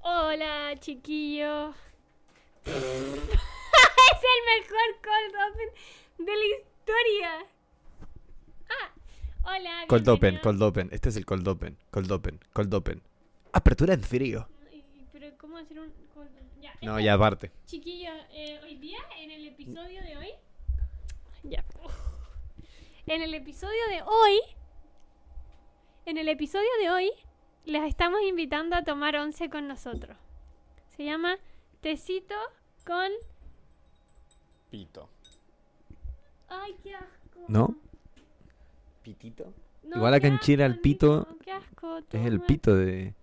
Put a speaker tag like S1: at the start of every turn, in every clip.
S1: Hola, chiquillos. es el mejor cold open de la historia. Ah, hola.
S2: Cold open,
S1: bienvenido.
S2: cold open. Este es el cold open, cold open, cold open. Apertura en frío.
S1: Ay, Pero, ¿cómo hacer un cold open? Ya,
S2: No,
S1: esta-
S2: ya aparte.
S1: Chiquillos, eh, hoy día, en el episodio de hoy. Ya. En el episodio de hoy. En el episodio de hoy, les estamos invitando a tomar once con nosotros. Se llama Tecito con.
S2: Pito.
S1: ¡Ay, qué asco!
S2: ¿No? ¿Pitito? Igual acá
S1: qué
S2: en Chile al
S1: asco,
S2: pito
S1: Nico, qué asco,
S2: Es el
S1: toma.
S2: pito de,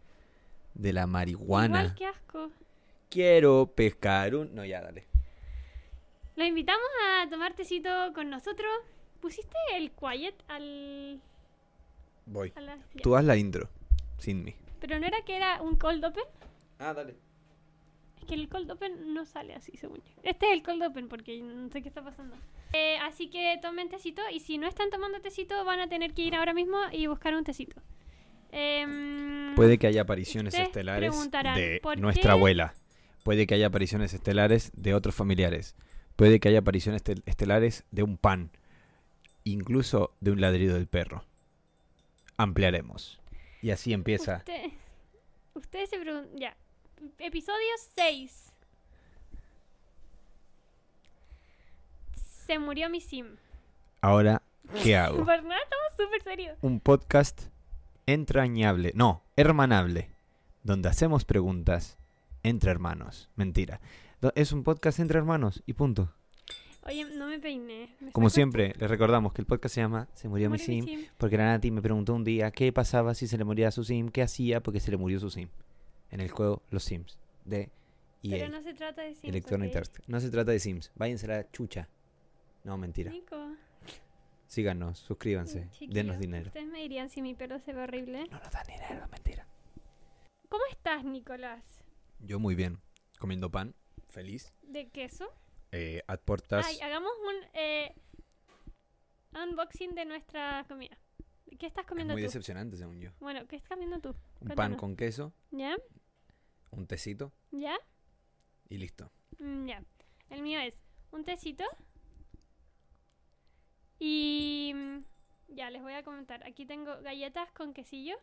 S2: de la marihuana.
S1: Igual, qué asco.
S2: Quiero pescar un... No, ya, dale.
S1: Los invitamos a tomar tecito con nosotros. ¿Pusiste el quiet al.
S2: Voy.
S1: a la- ya.
S2: Tú haz la intro, sin mí.
S1: Pero no era que era un cold open.
S2: Ah, dale.
S1: Es que el cold open no sale así, según yo. Este es el cold open porque no sé qué está pasando. Eh, así que tomen tecito y si no están tomando tecito van a tener que ir ahora mismo y buscar un tecito. Em,
S2: Puede que haya apariciones
S1: Ustedes
S2: estelares
S1: preguntarán,
S2: de
S1: ¿por
S2: nuestra
S1: qué?
S2: abuela. Puede que haya apariciones estelares de otros familiares. Puede que haya apariciones estel- estelares de un pan. Incluso de un ladrido del perro. Ampliaremos. Y así empieza.
S1: usted- ustedes se preguntan... Ya. Episodio 6. Se murió mi sim.
S2: Ahora, ¿qué hago?
S1: Por nada, estamos súper serios.
S2: Un podcast entrañable. No, hermanable. Donde hacemos preguntas entre hermanos. Mentira. Do- Es un podcast entre hermanos y punto.
S1: Oye, no me peiné. me
S2: Como
S1: saco-
S2: siempre, les recordamos que el podcast se llama Se murió mi
S1: Murió mi
S2: sim,
S1: sim.
S2: porque la Nati me preguntó un día qué pasaba si se le moría su sim, qué hacía porque se le murió su sim. En el juego Los Sims de EA,
S1: Pero no se trata de sims.
S2: Electronic
S1: ¿ok?
S2: Arts. No se trata de Sims, váyanse a la chucha. No, mentira.
S1: Nico.
S2: Síganos, suscríbanse,
S1: Chiquillo,
S2: denos dinero.
S1: Ustedes me dirían si mi pelo se ve horrible.
S2: No nos dan dinero, mentira.
S1: ¿Cómo estás, Nicolás?
S2: Yo muy bien, comiendo pan, feliz,
S1: ¿De queso?
S2: eh, a puertas
S1: Ay, hagamos un eh, unboxing de nuestra comida. ¿Qué estás
S2: es
S1: comiendo
S2: muy
S1: tú?
S2: decepcionante según yo.
S1: Bueno, ¿qué estás comiendo tú?
S2: Un pan
S1: Cuéntanos.
S2: con queso,
S1: ¿Ya?
S2: un tecito
S1: ¿Ya?
S2: y listo.
S1: Mm, ya. El mío es un tecito. Y mm, ya, les voy a comentar. Aquí tengo galletas con quesillo.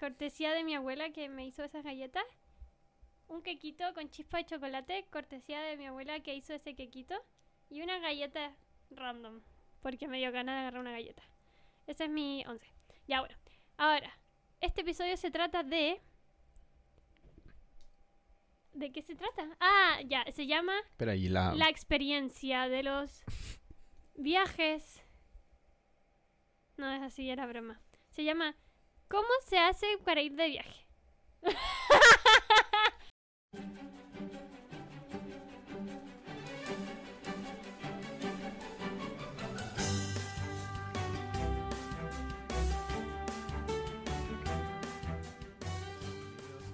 S1: Cortesía de mi abuela que me hizo esas galletas. Un quequito con chispa de chocolate. Cortesía de mi abuela que hizo ese quequito. Y una galleta random. Porque me dio ganas de agarrar una galleta. Ese es mi 11. Ya, bueno. Ahora, este episodio se trata de... ¿De qué se trata? Ah, ya, se llama
S2: Espera, y la...
S1: La experiencia de los viajes. No es así, era broma. Se llama ¿Cómo se hace para ir de viaje?
S2: Ah.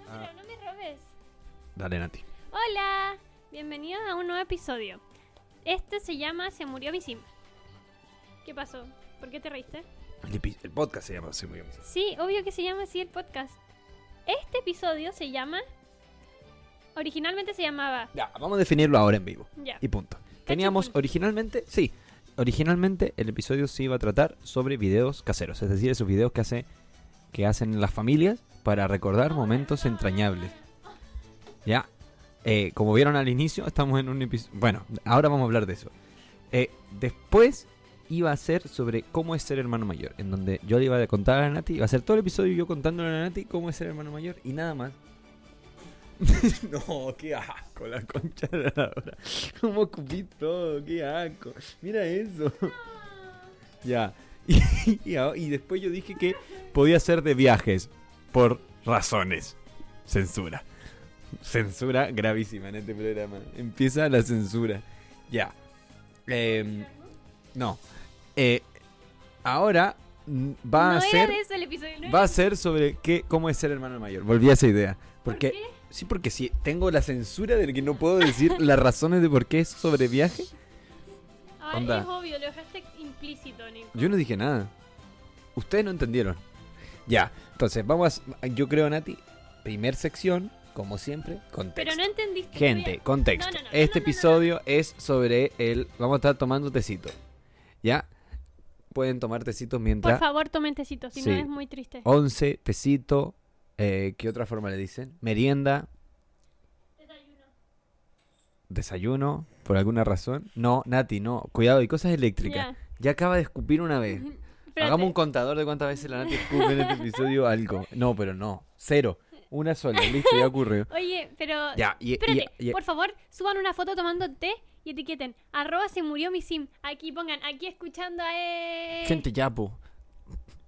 S1: Pero no me robes.
S2: Dale, Nati.
S1: Hola, bienvenidos a un nuevo episodio. Este se llama Se murió mi sim. ¿Qué pasó? ¿Por qué te reíste?
S2: El, epi- el podcast se llama así muy bien.
S1: Sí, obvio que se llama así el podcast. Este episodio se llama. Originalmente se llamaba.
S2: Ya, vamos a definirlo ahora en vivo.
S1: Ya.
S2: Y punto. Teníamos
S1: punto.
S2: originalmente, sí, originalmente el episodio se iba a tratar sobre videos caseros, es decir, esos videos que hace que hacen las familias para recordar
S1: Ah.
S2: momentos entrañables. Ya, eh, como vieron al inicio, estamos en un episodio. Bueno, ahora vamos a hablar de eso. Eh, después iba a ser sobre cómo es ser hermano mayor, en donde yo le iba a contar a la Nati, iba a ser todo el episodio yo contándole a la Nati cómo es ser hermano mayor y nada más. no, qué asco, la concha de la hora. ¿Cómo ocupé todo? Qué asco. Mira eso. ya. Y, y a- y después yo dije que podía ser de viajes por razones. Censura. Censura gravísima en este programa. Empieza la censura. Ya. Em, no. Eh, ahora mm, va
S1: no
S2: a
S1: era
S2: ser
S1: de eso el episodio. no
S2: va
S1: era-
S2: a ser sobre qué, cómo es ser hermano mayor. Volví a esa idea.
S1: ¿Por
S2: Porque,
S1: qué?
S2: sí, porque si tengo la censura del que no puedo decir las razones de por qué es sobre viaje,
S1: Ay,
S2: onda.
S1: es obvio, lo dejaste implícito, Nico.
S2: yo no dije nada. Ustedes no entendieron. Ya, entonces vamos a... Yo creo, Nati, primer sección, como siempre, contexto.
S1: Pero no entendiste.
S2: Gente,
S1: todavía.
S2: contexto.
S1: No, no, no, no, no,
S2: este
S1: no, no,
S2: episodio es sobre el... Vamos a estar tomando tecito. ¿Ya? Pueden tomar tecitos
S1: Por
S2: mientras...
S1: favor, tomen tecito, si no
S2: Sí. Oh.
S1: es muy triste.
S2: Once, tecito... eh, ¿Qué otra forma le dicen? Merienda, desayuno, por alguna razón. No, Nati, no. Cuidado, hay cosas eléctricas.
S1: Ya.
S2: Ya acaba de escupir una vez.
S1: Espérate.
S2: Hagamos un contador de cuántas veces la Nati escupe en este episodio algo. No, pero no. Cero. Una sola. Listo, ya ocurrió.
S1: Oye, pero.
S2: Ya, y, y-
S1: Espérate,
S2: y-
S1: por favor, suban una foto tomando té y etiqueten. Arroba se murió mi sim. Aquí pongan, aquí escuchando a él.
S2: Gente, ya, po.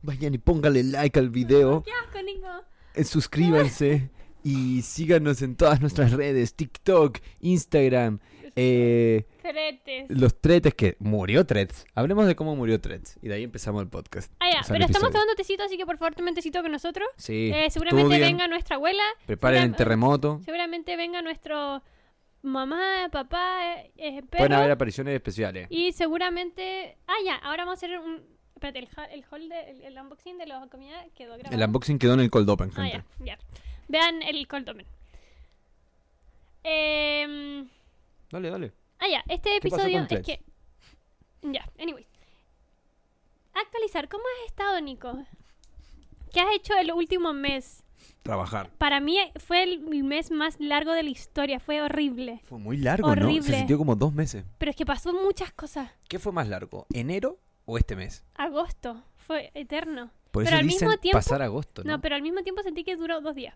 S2: Vayan y póngale like al video.
S1: Qué asco, Nico.
S2: eh, Suscríbanse. Y síganos en todas nuestras redes. TikTok, Instagram. Eh...
S1: Tretes.
S2: Los tretes que murió Trets. Hablemos de cómo murió Trets. Y de ahí empezamos el podcast.
S1: Ah, ya,
S2: O sea, el
S1: pero estamos
S2: episodio.
S1: tomando tecito, así que por favor tomen tecito con nosotros.
S2: Sí.
S1: Eh, seguramente
S2: estudien,
S1: venga nuestra abuela,
S2: Preparen el
S1: segura-
S2: terremoto.
S1: seguramente venga nuestro mamá, papá, eh, eh,
S2: Pueden
S1: perro,
S2: haber apariciones especiales.
S1: y seguramente... Ah, ya, ahora vamos a hacer un... Espérate, el, ha- el haul de- el, el unboxing de la comida quedó grabado.
S2: El unboxing quedó en el cold open,
S1: Ah,
S2: gente.
S1: ya, ya. Vean el cold open. Em,
S2: Dale, dale.
S1: ah, ya, este
S2: ¿Qué pasó con
S1: episodio es
S2: Threads?
S1: que... Ya, anyways. Actualizar, ¿cómo has estado, Nico? ¿Qué has hecho el último mes?
S2: Trabajar.
S1: Para mí fue el mes más largo de la historia, fue horrible.
S2: Fue muy largo, ¿no? Se
S1: Horrible.
S2: sintió como dos meses.
S1: Pero es que pasó muchas cosas.
S2: ¿Qué fue más largo? ¿Enero o este mes?
S1: Agosto fue eterno.
S2: Por
S1: Pero
S2: eso
S1: al
S2: dicen
S1: mismo tiempo-
S2: pasar agosto, ¿no?
S1: No, pero al mismo tiempo sentí que duró dos días.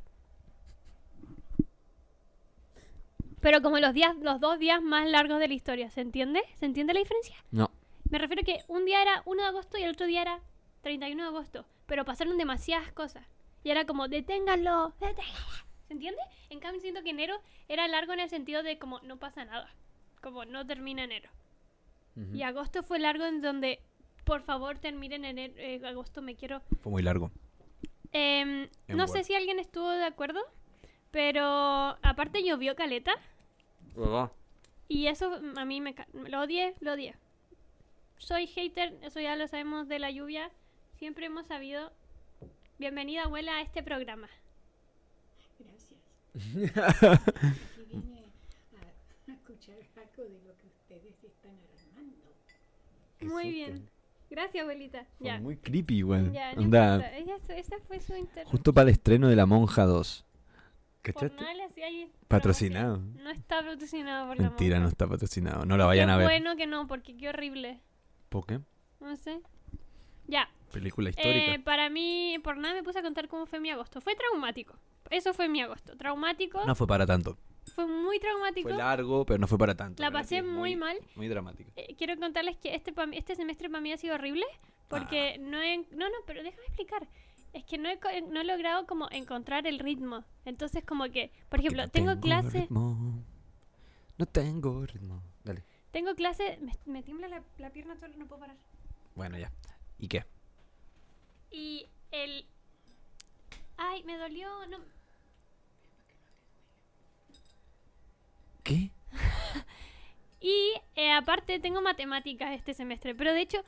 S1: Pero como los días, los dos días más largos de la historia, ¿se entiende? ¿Se entiende la diferencia?
S2: No.
S1: Me refiero que un día era 1 de agosto y el otro día era 31 de agosto. Pero pasaron demasiadas cosas. Y era como, deténganlo, deténganlo. ¿Se entiende? En cambio, siento que enero era largo en el sentido de como no pasa nada. Como no termina enero.
S2: Ujú.
S1: Y agosto fue largo en donde, por favor, terminen enero. eh, agosto me quiero.
S2: Fue muy largo.
S1: Em,
S2: En
S1: no
S2: Word.
S1: sé si alguien estuvo de acuerdo, pero aparte llovió caleta. Y eso a mí me ca- lo odié, lo odié. Soy hater, eso ya lo sabemos de la lluvia. Siempre hemos sabido. Bienvenida, abuela, a este programa.
S3: Gracias. Aquí vine a, a escuchar algo de lo que ustedes están armando.
S1: Muy bien. Gracias, abuelita. Ya.
S2: muy creepy, igual.
S1: Ya, no importa. Ella- esa fue su intervención.
S2: Justo para el estreno de La Monja 2. ¿Cachaste? Patrocinado.
S1: No está patrocinado por la
S2: Mentira, no
S1: monja.
S2: está patrocinado. No la vayan
S1: Qué
S2: a ver.
S1: Bueno que no, porque qué horrible.
S2: ¿Por qué?
S1: No sé. Ya.
S2: Película
S1: Eh,
S2: histórica.
S1: para mí, por nada me puse a contar cómo fue mi agosto. Fue traumático. Eso fue mi agosto. Traumático.
S2: no fue para tanto.
S1: Fue muy traumático.
S2: Fue largo, pero no fue para tanto.
S1: La
S2: verdad
S1: pasé
S2: que
S1: muy mal.
S2: Muy dramático.
S1: Eh, quiero contarles que este, pa- este semestre para mí ha sido horrible
S2: Ah.
S1: porque no he... No, no, pero déjame explicar. Es que no he, co- eh, no he logrado como encontrar el ritmo. Entonces como que, por ejemplo,
S2: Que no
S1: tengo, clase...
S2: ritmo. No tengo ritmo. Dale.
S1: Tengo clase... Me, me tiembla la, la pierna, todo, no puedo parar.
S2: Bueno, ya. ¿Y qué?
S1: Y el... Ay, me dolió... No,
S2: ¿Qué?
S1: Y eh, aparte tengo matemáticas este semestre, pero de hecho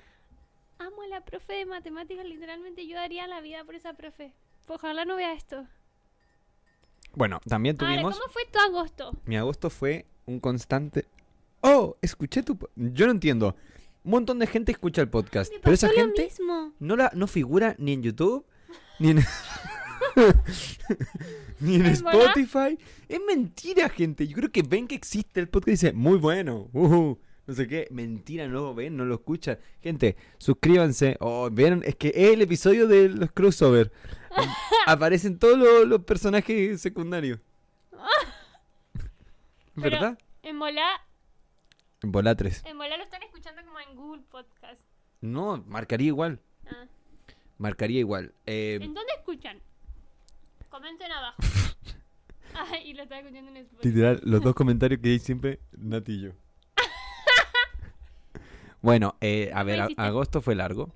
S1: amo a la profe de matemáticas, literalmente yo daría la vida por esa profe. Ojalá no vea esto.
S2: Bueno, también
S1: Ahora,
S2: tuvimos.
S1: ¿cómo fue tu agosto?
S2: Mi agosto fue un constante. ¡Oh! Escuché tu. po- Yo no entiendo. Un montón de gente escucha el podcast.
S1: Me
S2: Pero
S1: pasó
S2: esa
S1: lo
S2: gente
S1: mismo.
S2: no, la, no figura ni en YouTube, ni en. ni en
S1: ¿En bola?
S2: Spotify. Es mentira, gente. Yo creo que ven que existe el podcast y dicen, muy bueno. ujú, no sé qué. Mentira, no lo ven, no lo escuchan. Gente, suscríbanse. Oh, vieron, es que es el episodio de los crossover. Aparecen todos los, los personajes secundarios.
S1: Pero-
S2: ¿Verdad?
S1: En Molá,
S2: En bola tres.
S1: en Molá lo están escuchando como en Google Podcast.
S2: No, marcaría igual.
S1: Ah.
S2: Marcaría igual. Eh,
S1: ¿En dónde escuchan? Comenten abajo. Ah, y lo están escuchando en Spotify.
S2: Literal, los dos comentarios que hay siempre, Nati y yo. bueno, eh, a ver, a-
S1: hiciste.
S2: agosto fue largo.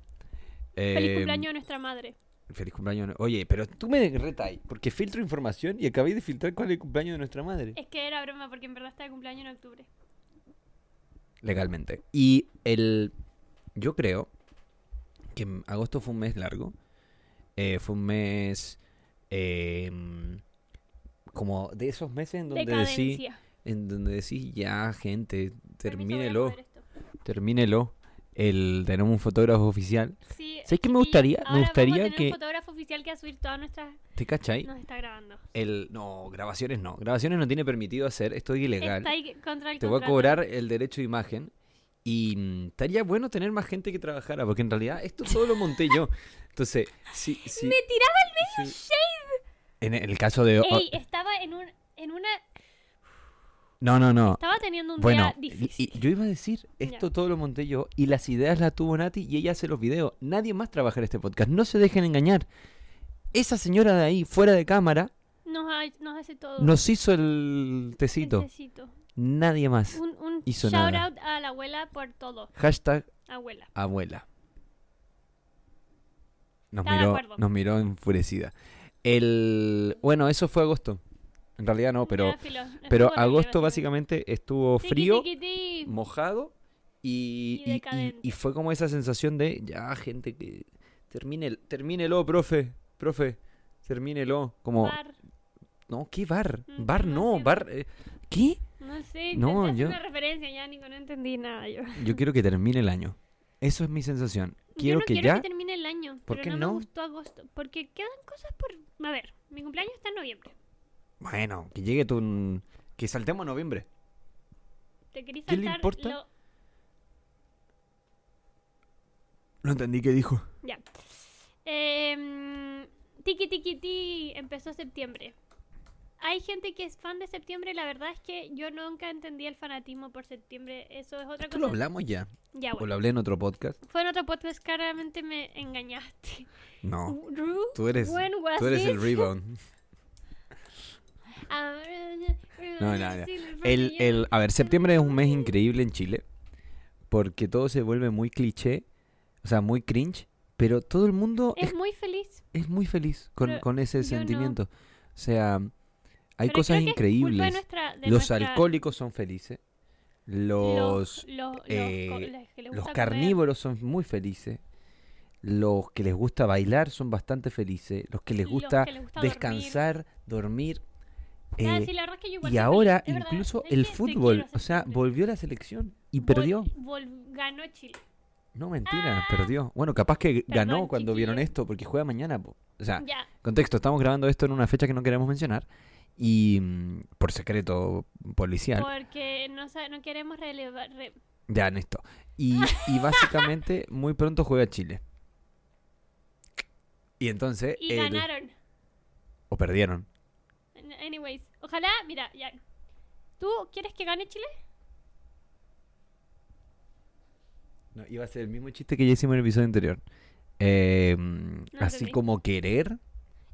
S2: Eh,
S1: Feliz cumpleaños a nuestra madre.
S2: Feliz cumpleaños. Oye, pero tú me retáis, porque filtro información y acabé de filtrar cuál es el cumpleaños de nuestra madre.
S1: Es que era broma porque en verdad está de cumpleaños en octubre.
S2: Legalmente. Y el... Yo creo que en agosto fue un mes largo. Eh, fue un mes... eh, como de esos meses en donde decís,
S1: Decadencia.
S2: en donde decís, ya gente,
S1: Permiso, voy a
S2: termínelo,
S1: mover esto.
S2: termínelo. El tenemos un fotógrafo oficial.
S1: Sí,
S2: ¿Sabes qué me
S1: chiquillos,
S2: gustaría? Me
S1: ahora vamos a
S2: gustaría
S1: tener un
S2: que-
S1: fotógrafo oficial que va a subir todas nuestras.
S2: ¿Te cachai?
S1: Nos está grabando.
S2: El no, grabaciones no. Grabaciones no tiene permitido hacer, esto es ilegal.
S1: Está ahí contra el
S2: Te voy a
S1: contrato.
S2: cobrar el derecho de imagen. Y mm, estaría bueno tener más gente que trabajara, porque en realidad esto todo lo monté yo. Entonces, si, si-
S1: Me tiraba el
S2: si- En el caso de. o-
S1: Ey, estaba en un en una
S2: no, no, no.
S1: estaba teniendo un
S2: Bueno,
S1: día
S2: y-
S1: difícil.
S2: y yo iba a decir, esto todo lo monté yo y las ideas las tuvo Nati y ella hace los videos. Nadie más trabaja en este podcast. No se dejen engañar. Esa señora de ahí, fuera de cámara,
S1: Nos, ha- nos hace todo.
S2: nos hizo el tecito.
S1: Necesito.
S2: Nadie más.
S1: Un, un
S2: Hizo
S1: shout
S2: nada.
S1: out a la abuela por todo.
S2: Hashtag
S1: Abuela.
S2: abuela. Nos
S1: Está de
S2: miró,
S1: acuerdo.
S2: nos miró enfurecida. El bueno, eso fue agosto. En realidad no, pero
S1: Ya, filo, estuvo
S2: pero
S1: horrible,
S2: agosto básicamente estuvo
S1: Tiqui,
S2: frío,
S1: tiqui, tiqui.
S2: mojado y,
S1: Y
S2: y- y-
S1: decadente.
S2: y fue como esa sensación de ya gente que termine termínelo, profe, profe, termínelo, como
S1: Bar,
S2: no, qué bar?
S1: Mm,
S2: Bar
S1: no
S2: no,
S1: entiendo.
S2: bar eh, ¿qué?
S1: No sé,
S2: No,
S1: no,
S2: yo-
S1: una referencia ya, Nico, no entendí nada yo.
S2: Yo quiero que termine el año. Eso es mi sensación. Quiero
S1: yo no
S2: que
S1: quiero
S2: ya
S1: que termine el año,
S2: ¿Por
S1: pero
S2: qué
S1: no,
S2: no?
S1: me gustó agosto, porque quedan cosas por... A ver, mi cumpleaños está en noviembre.
S2: Bueno, que llegue tu. Que saltemos a noviembre.
S1: ¿Te querés
S2: ¿Qué le
S1: saltar
S2: importa?
S1: lo-
S2: No entendí qué dijo.
S1: Ya. Eh, tiki tiki ti empezó septiembre. Hay gente que es fan de septiembre, la verdad es que yo nunca entendí el fanatismo por septiembre, eso es otra
S2: Esto
S1: cosa.
S2: lo hablamos ya.
S1: Ya,
S2: O
S1: bueno.
S2: lo hablé en otro podcast.
S1: Fue en otro podcast, claramente me engañaste.
S2: No.
S1: Ru,
S2: Tú eres.
S1: when was
S2: Tú eres el
S1: this?
S2: rebound.
S1: Ah,
S2: No, no, no.
S1: sí, lo
S2: El,
S1: recuerdo yo.
S2: el, a ver, septiembre es un mes increíble en Chile. Porque todo se vuelve muy cliché. O sea, muy cringe. Pero todo el mundo es,
S1: Es muy feliz.
S2: es muy feliz con,
S1: Pero
S2: con
S1: yo
S2: ese
S1: no.
S2: sentimiento. O sea, hay
S1: pero creo que es culpa
S2: cosas
S1: de
S2: increíbles.
S1: nuestra- de
S2: Los
S1: nuestra-
S2: alcohólicos son felices. Los,
S1: los, los,
S2: eh,
S1: co- las que les
S2: Los
S1: gusta comer.
S2: carnívoros son muy felices. Los que les gusta bailar son bastante felices. Los que les
S1: Los
S2: gusta
S1: que les gusta dormir.
S2: descansar, dormir.
S1: Ah,
S2: eh,
S1: sí, la verdad es que yo igual
S2: y
S1: soy
S2: ahora
S1: feliz, de verdad.
S2: incluso
S1: ¿Sabes
S2: el
S1: qué? Te
S2: fútbol.
S1: quiero,
S2: O sea,
S1: septiembre.
S2: volvió la selección y
S1: Vol-
S2: perdió.
S1: vol- ganó Chile.
S2: No, mentira,
S1: Ah.
S2: perdió. Bueno, capaz que ganó
S1: Perdón,
S2: cuando vieron
S1: chiquillos.
S2: esto porque juega mañana. po. O sea,
S1: Ya,
S2: contexto, estamos grabando esto en una fecha que no queremos mencionar. Y mm, por secreto policial.
S1: porque no, sa- no queremos relevar. re-
S2: Ya, en esto. Y, y básicamente muy pronto juega Chile. Y entonces...
S1: Y
S2: el-
S1: ganaron.
S2: O perdieron.
S1: Anyways, ojalá, mira, ya. ¿Tú quieres que gane Chile?
S2: No, iba a ser el mismo chiste que ya hicimos en el episodio anterior. Eh, así
S1: entendí.
S2: como querer.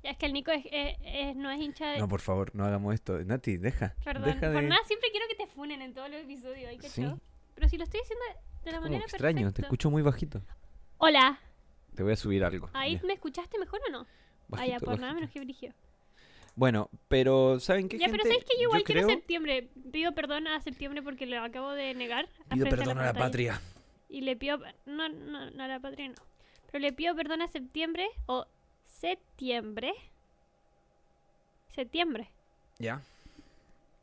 S1: Ya es que el Nico es, es- es- no es hincha de.
S2: No, por favor, no hagamos esto. Nati, deja.
S1: Perdón,
S2: deja
S1: por
S2: de...
S1: nada, siempre quiero que te funen en todos los episodios, ¿hay
S2: Sí.
S1: cachado? Pero si lo estoy diciendo de la
S2: Como
S1: manera
S2: extraño, te
S1: perfecta.
S2: escucho muy bajito.
S1: Hola,
S2: Te voy a subir algo.
S1: ¿ahí
S2: Ya,
S1: me escuchaste mejor o no? Ah,
S2: bajito,
S1: ya, por nada
S2: bajito.
S1: menos que brigio.
S2: Bueno, pero ¿saben qué,
S1: Ya, pero
S2: gente?
S1: ¿sabes que yo igual quiero
S2: creo-
S1: septiembre? Pido perdón a septiembre porque lo acabo de negar. a
S2: Pido
S1: frente
S2: perdón a la
S1: pantalla.
S2: patria.
S1: Y le pido. No, no, no, a la patria no. Pero le pido perdón a septiembre o septiembre. Septiembre.
S2: Ya.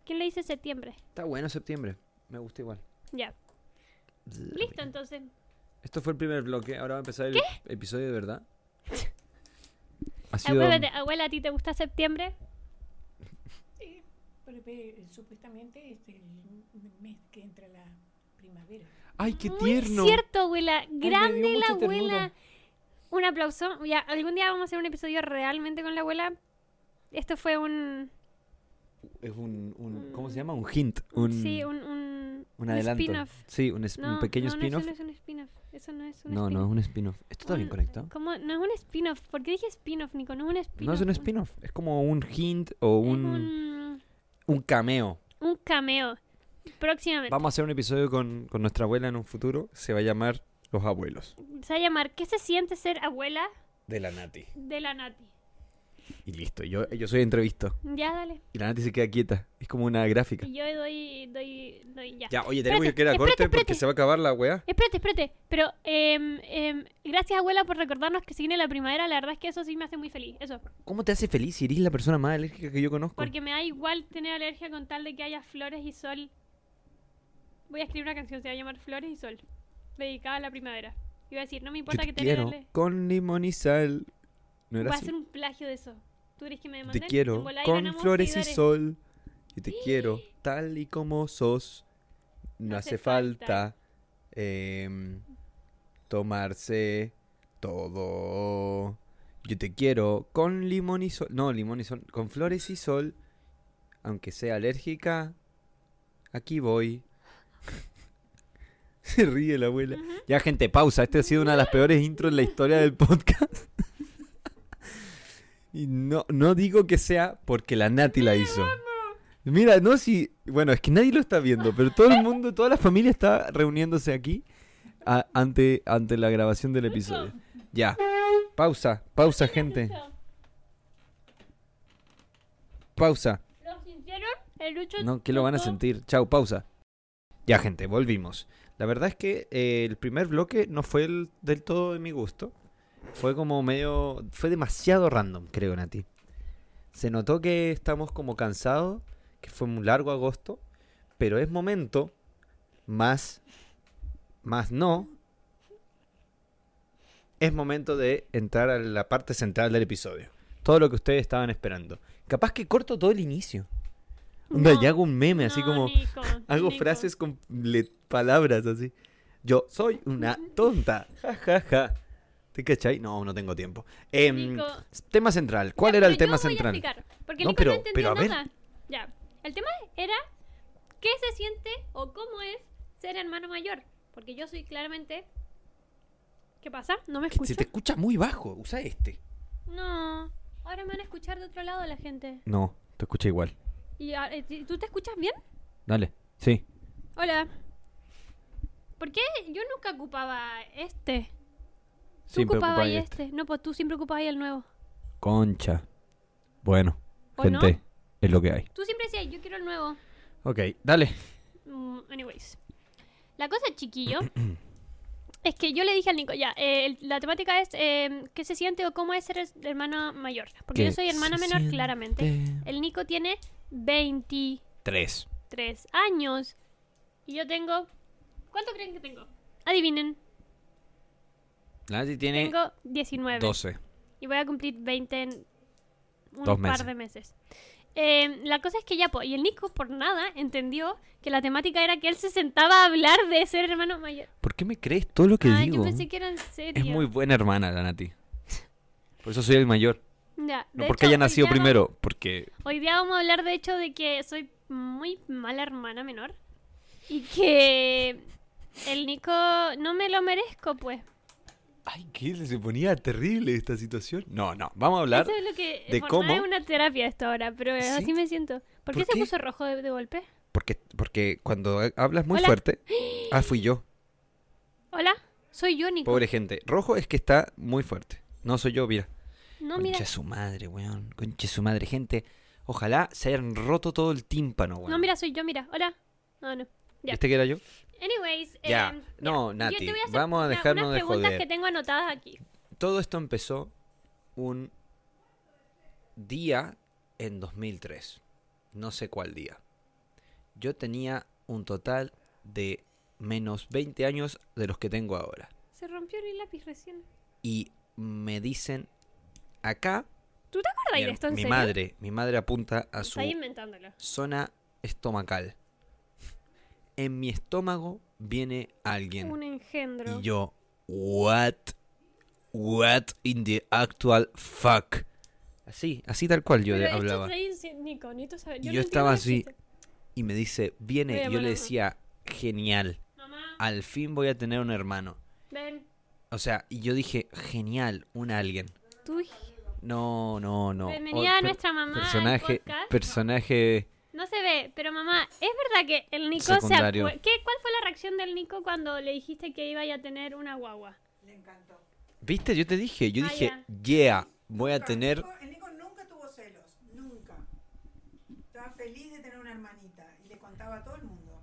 S1: ¿Quién le dice septiembre?
S2: Está bueno septiembre. Me gusta igual.
S1: Ya. Listo, entonces.
S2: Esto fue el primer bloque, ahora va a empezar el episodio de verdad. Ha sido...
S1: Acuérdate, abuela, ¿a ti te gusta septiembre?
S3: Eh, pero, pero, supuestamente es el mes que entra la primavera.
S2: ¡Ay, qué
S1: Muy
S2: tierno!
S1: cierto, abuela.
S2: dio
S1: Grande la
S2: mucha
S1: abuela.
S2: ternura.
S1: Un aplauso. Ya, algún día vamos a hacer un episodio realmente con la abuela. Esto fue un.
S2: Es un, un- ¿Cómo se
S1: Mm.
S2: llama? Un hint. Un,
S1: sí, un. Un,
S2: un
S1: un
S2: adelanto.
S1: spin-off.
S2: sí, un, es- un
S1: No,
S2: pequeño
S1: no, no,
S2: spin-off.
S1: Eso no es un spin-off. Eso no es un
S2: No, no,
S1: spin-off.
S2: es un spin-off. ¿Esto está bien
S1: Un-
S2: conectado?
S1: ¿Cómo? No es un spin-off. ¿Por qué dije spin-off, Nico? No es un spin-off.
S2: No es un spin-off, es como un hint o
S1: es
S2: un,
S1: un,
S2: un cameo.
S1: un cameo. Próximamente.
S2: Vamos a hacer un episodio con, con nuestra abuela en un futuro, se va a llamar Los Abuelos,
S1: Se va a llamar ¿Qué se siente ser abuela
S2: de la Nati.
S1: de la Nati?
S2: Y listo, yo, yo soy entrevisto.
S1: Ya, dale.
S2: Y la Nati se queda quieta. Es como una gráfica.
S1: Y yo doy, doy, doy ya.
S2: Ya, oye, tenemos
S1: Espérate,
S2: que ir a corte
S1: espérate, espérate.
S2: porque se va a acabar la weá.
S1: Espérate, espérate. Pero em, em, gracias, abuela, por recordarnos que se viene la primavera. La verdad es que eso sí me hace muy feliz. Eso.
S2: ¿Cómo te hace feliz si eres la persona más alérgica que yo conozco?
S1: Porque me da igual tener alergia con tal de que haya flores y sol. Voy a escribir una canción, se va a llamar Flores y Sol. Dedicada a la primavera. Iba a decir, no me
S2: yo
S1: importa
S2: te
S1: que tenga
S2: quiero
S1: alergia.
S2: con limón y sal. ¿No
S1: Voy
S2: era
S1: a
S2: así?
S1: hacer un plagio de eso. ¿Tú crees que me
S2: Te
S1: demanden? En
S2: quiero
S1: volá y
S2: con
S1: ganamos
S2: flores y
S1: seguidores.
S2: sol. Yo te quiero tal y como sos. No hace falta em, tomarse todo. Yo te quiero con limón y sol. No, limón y sol. Con flores y sol. Aunque sea alérgica, aquí voy. Se ríe la abuela.
S1: Ujú.
S2: Ya, gente, pausa. Este ha sido una de las peores intros en la historia del podcast. Y no, no digo que sea porque la Nati la hizo. Mira, no si. Bueno, es que nadie lo está viendo, pero todo el mundo, toda la familia está reuniéndose aquí a- ante, ante la grabación del episodio. Ya. Pausa, pausa, gente.
S1: Lucho,
S2: Pausa.
S1: ¿Lo sintieron? El Lucho
S2: No, ¿qué lo van a
S1: tocó-
S2: sentir? Chau, pausa. Ya, gente, volvimos. La verdad es que eh, el primer bloque no fue el- del todo de mi gusto. Fue como medio. Fue demasiado random, creo, Nati. Se notó que estamos como cansados, que fue un largo agosto, pero es momento, más. más no. Es momento de entrar a la parte central del episodio. Todo lo que ustedes estaban esperando. Capaz que corto todo el inicio. Onda,
S1: No,
S2: y hago un meme, así
S1: no,
S2: como.
S1: Nico,
S2: Hago
S1: Nico.
S2: frases con le- palabras así. Yo soy una tonta. Ja, ja, ja. ¿Te cachai? No, no tengo tiempo. Em,
S1: Nico.
S2: s- tema central. ¿Cuál
S1: Ya,
S2: era
S1: pero
S2: el tema
S1: yo voy a
S2: central?
S1: explicar, porque
S2: No,
S1: Nico
S2: pero-
S1: no entendió
S2: pero a ver.
S1: nada. Ya. El tema era qué se siente o cómo es ser hermano mayor. Porque yo soy claramente. ¿Qué pasa? ¿No me
S2: Que se
S1: escucho?
S2: te escucha muy bajo. Usa este.
S1: No. Ahora me van a escuchar de otro lado la gente.
S2: No, te escucha igual.
S1: ¿Y a- eh, ti- tú te escuchas bien?
S2: Dale. Sí.
S1: Hola. ¿Por qué yo nunca ocupaba este? Tú ocupabas ahí este. No, pues tú siempre ocupabas ahí el nuevo.
S2: Concha. Bueno,
S1: ¿O no? gente,
S2: es lo que hay.
S1: Tú siempre decías, yo quiero el nuevo.
S2: Ok, dale.
S1: Mm, anyways. La cosa, chiquillo, es que yo le dije al Nico, ya, eh, el- la temática es eh, qué se siente o cómo es ser es- hermana mayor. Porque yo soy hermana menor, claramente. El Nico tiene 23
S2: Tres.
S1: años y yo tengo... ¿Cuánto creen que tengo? Adivinen,
S2: Nancy tiene
S1: tengo 19.
S2: doce.
S1: Y voy a cumplir 20 en un par
S2: Dos meses.
S1: de meses. Eh, la cosa es que ya, po, y el Nico por nada entendió que la temática era que él se sentaba a hablar de ser hermano mayor.
S2: ¿Por qué me crees todo lo que
S1: Ah,
S2: digo?
S1: yo pensé que era en serio.
S2: Es muy buena hermana la Nati. Por eso soy el mayor.
S1: Ya,
S2: No
S1: de
S2: porque
S1: hecho,
S2: haya
S1: hoy
S2: nacido
S1: día
S2: primero, porque...
S1: va- hoy día vamos a hablar de hecho de que soy muy mala hermana menor y que el Nico no me lo merezco, pues.
S2: Ay, que se ponía terrible esta situación. No, no, vamos a hablar...
S1: Eso es lo que
S2: de
S1: por
S2: cómo-
S1: nada es una terapia esto ahora, pero
S2: ¿Sí?
S1: así me siento. ¿Por qué
S2: ¿Por
S1: se
S2: qué?
S1: puso rojo de, de golpe?
S2: Porque, porque cuando ha- hablas muy
S1: Hola.
S2: fuerte... Ah, fui yo.
S1: Hola, soy yo Nico.
S2: Pobre gente. Rojo es que está muy fuerte. No soy yo, mira.
S1: No,
S2: Concha
S1: mira,
S2: su madre, weón. Concha su madre, gente. Ojalá se hayan roto todo el tímpano, weón.
S1: no mira, soy yo, mira. Hola. No, no. ya.
S2: ¿Viste que era yo?
S1: Anyways,
S2: Ya,
S1: em,
S2: no,
S1: yo te
S2: Nati,
S1: voy hacer
S2: vamos a
S1: una-
S2: dejarnos
S1: unas
S2: de
S1: preguntas
S2: joder.
S1: que tengo anotadas aquí.
S2: Todo esto empezó un día en 2003. No sé cuál día. Yo tenía un total de menos 20 años de los que tengo ahora.
S1: Se rompió el lápiz recién.
S2: Y me dicen acá.
S1: ¿Tú te acuerdas
S2: Mi,
S1: de esto en
S2: mi
S1: serio?
S2: madre, mi madre apunta a su
S1: Está inventándolo.
S2: zona estomacal. En mi estómago viene alguien.
S1: Un engendro.
S2: Y yo, what? What in the actual fuck? Así, así tal cual yo
S1: Pero
S2: le
S1: esto
S2: hablaba.
S1: trae inci- Nico, necesito saber.
S2: Y
S1: no
S2: yo
S1: entiendo
S2: estaba
S1: el
S2: así.
S1: chiste.
S2: Y me dice, viene.
S1: Voy a
S2: Y yo
S1: llamar
S2: le
S1: a-
S2: decía, genial.
S1: Mamá,
S2: Al fin voy a tener un hermano.
S1: ven.
S2: O sea, y yo dije, genial, un alguien.
S1: Tú,
S2: No, no, no.
S1: bienvenida a
S2: Ot- per-
S1: nuestra mamá. al
S2: Personaje,
S1: podcast.
S2: personaje.
S1: No se ve, pero mamá, ¿es verdad que el Nico
S2: Secundario.
S1: se acuer- ¿Qué, ¿Cuál fue la reacción del Nico cuando le dijiste que iba a ir a tener una guagua?
S2: ¿Viste? Yo te dije, yo
S1: Ah,
S2: dije, yeah, voy a tener
S4: El Nico nunca estaba feliz de tener una hermanita y le contaba a todo el mundo.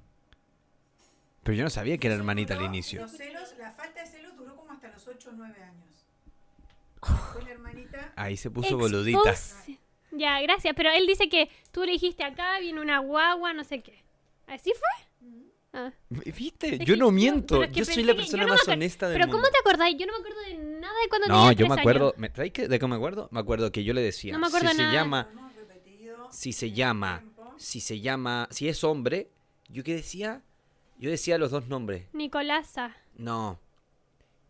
S2: Pero yo no sabía que era hermanita al
S4: Duró-
S2: inicio.
S4: Los celos, la falta de celos duró como hasta los 8 o 9 años. Después la hermanita
S2: Ahí se puso boludita.
S1: Expose. Ya, gracias. Pero él dice que tú le dijiste acá, viene una guagua, no sé qué. ¿Así fue? Ah.
S2: ¿Viste?
S1: Es
S2: Yo
S1: que
S2: no
S1: yo-
S2: miento.
S1: pero es que
S2: Yo soy
S1: pensé
S2: la
S1: que-
S2: persona
S1: yo no me
S2: más
S1: acuer-
S2: honesta del
S1: Pero
S2: mundo.
S1: ¿cómo te acordás? Yo no me acuerdo de nada de cuando
S2: No,
S1: tenías
S2: yo me
S1: tres
S2: acuerdo.
S1: años.
S2: ¿me, ¿sabes qué? ¿De qué me acuerdo? Me acuerdo que yo le decía.
S1: No me acuerdo
S2: si
S1: nada.
S2: se llama,
S4: lo hemos repetido
S2: si se
S4: en el
S2: llama,
S4: tiempo.
S2: si se llama, si es hombre, yo qué decía, yo decía los dos nombres.
S1: Nicolasa.
S2: No,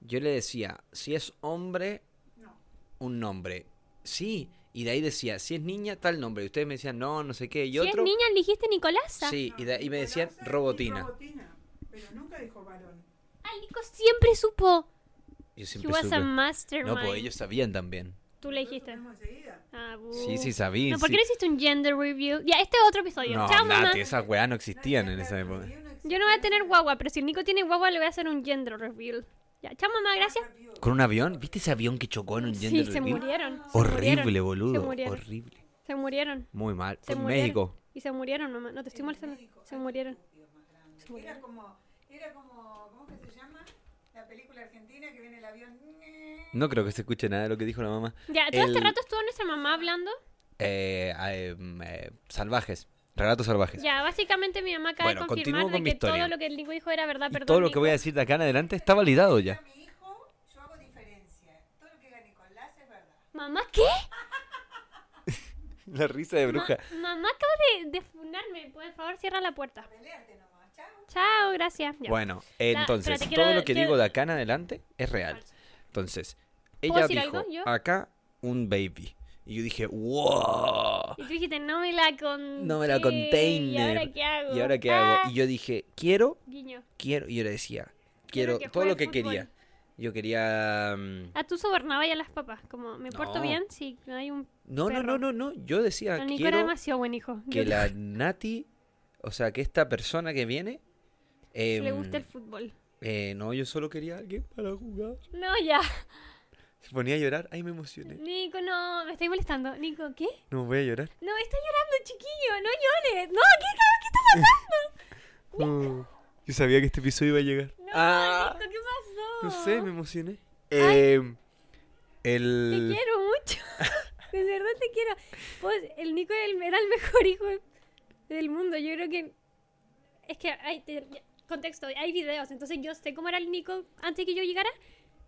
S2: yo le decía, si es hombre,
S4: No.
S2: un nombre. Sí, y de ahí decía, si es niña, tal nombre. Y ustedes me decían, no, no sé qué, y otro.
S1: Si es niña, le dijiste Nicolasa.
S2: sí, y de ahí me decían
S4: Nicolás y
S2: robotina.
S4: robotina. Pero nunca dijo varón.
S1: Al Ah, Nico siempre supo.
S2: Yo
S1: He
S2: siempre
S1: was
S2: supe.
S1: a mastermind.
S2: No, pues ellos sabían también.
S1: Tú le
S4: Nosotros
S1: dijiste.
S4: supimos enseguida.
S1: Ah, bu.
S2: Sí, sí, sabían.
S1: No, ¿por qué no hiciste un gender review? Ya, este es otro episodio.
S2: No,
S1: Chao, mamá.
S2: Nati, esas weas no existían en esa
S4: Nadie
S2: época.
S4: había una
S1: Yo no voy a tener guagua, pero si el Nico tiene guagua, le voy a hacer un gender review. Ya, chao, mamá, gracias.
S2: ¿Con un avión? ¿Viste ese avión que chocó en un
S1: Sí,
S2: gender
S1: se
S2: reveal?
S1: murieron. se
S2: Horrible,
S1: murieron, Se
S2: boludo.
S1: murieron.
S2: Horrible.
S1: Se murieron.
S2: Muy mal.
S1: Se
S2: Fue en
S1: murieron.
S2: México.
S1: Y se murieron, mamá. No te estoy molestando. Se murieron. Se
S4: Era
S1: murieron.
S4: como, era como, ¿cómo que se llama? La película argentina que viene el avión.
S2: No creo que se escuche nada de lo que dijo la mamá.
S1: Ya, todo este
S2: El-
S1: rato estuvo nuestra mamá hablando.
S2: Eh, ah, em, eh, salvajes. Relatos salvajes.
S1: Ya, básicamente mi mamá acaba de
S2: Bueno,
S1: confirmar
S2: continúo con
S1: de
S2: mi
S1: que
S2: historia.
S1: todo lo que el Nico dijo era verdad,
S2: Y
S1: perdón.
S2: todo lo que
S1: Nico.
S2: voy a decir de acá en adelante está validado ya.
S4: A mi hijo, yo hago diferencia. Todo lo que diga Nicolás es verdad.
S1: Mamá, ¿qué?
S2: La risa de
S1: Ma-
S2: bruja.
S1: mamá acaba de, de funarme. Por favor, cierra la puerta.
S4: Pelearte nomás, chao.
S1: Chao, gracias. Ya.
S2: Bueno,
S1: pero
S2: entonces,
S1: te
S2: todo
S1: quiero-
S2: lo que
S1: quiero-
S2: digo de acá en adelante es real.
S1: Falso.
S2: Entonces,
S1: ¿Puedo
S2: ella
S1: decir
S2: dijo,
S1: algo yo?
S2: acá un baby. Y yo dije, wow.
S1: Y tú dijiste, no me la con.
S2: No me la container.
S1: ¿Y ahora qué hago?
S2: ¿Y ahora qué
S1: Ah,
S2: hago? Y yo dije, quiero,
S1: Guiño.
S2: quiero. Y yo le decía,
S1: Quiero
S2: quiero,
S1: que
S2: todo
S1: juegue
S2: lo que
S1: fútbol. Ah,
S2: quería. Yo quería... mm,
S1: A tú sobornabas ya las papas. Como, ¿me porto
S2: No.
S1: bien? Sí, no hay un.
S2: No, no,
S1: perro.
S2: no, no, no. Yo decía,
S1: El Nico era
S2: Ah, quiero
S1: demasiado buen hijo.
S2: que
S1: Yo-
S2: la Nati, o sea, que esta persona que viene...
S1: que le
S2: em,
S1: gusta el fútbol.
S2: eh, no, yo solo quería a alguien para jugar.
S1: No, ya.
S2: Se ponía a llorar. Ay, me emocioné.
S1: Nico, no, me estáis molestando. Nico, ¿qué?
S2: No, voy a llorar.
S1: No, está llorando, chiquillo, no llores. No, ¿qué, ca- qué está pasando?
S2: Oh, yo sabía que este episodio iba a llegar.
S1: No,
S2: Ah,
S1: Nico, ¿qué
S2: no
S1: pasó?
S2: sé, me emocioné. Em,
S1: Te
S2: el...
S1: quiero mucho. De verdad te quiero. Pues, el Nico era el, era el mejor hijo del mundo. Yo creo que. Es que hay. te- ya, contexto, hay videos. Entonces yo sé cómo era el Nico antes que yo llegara.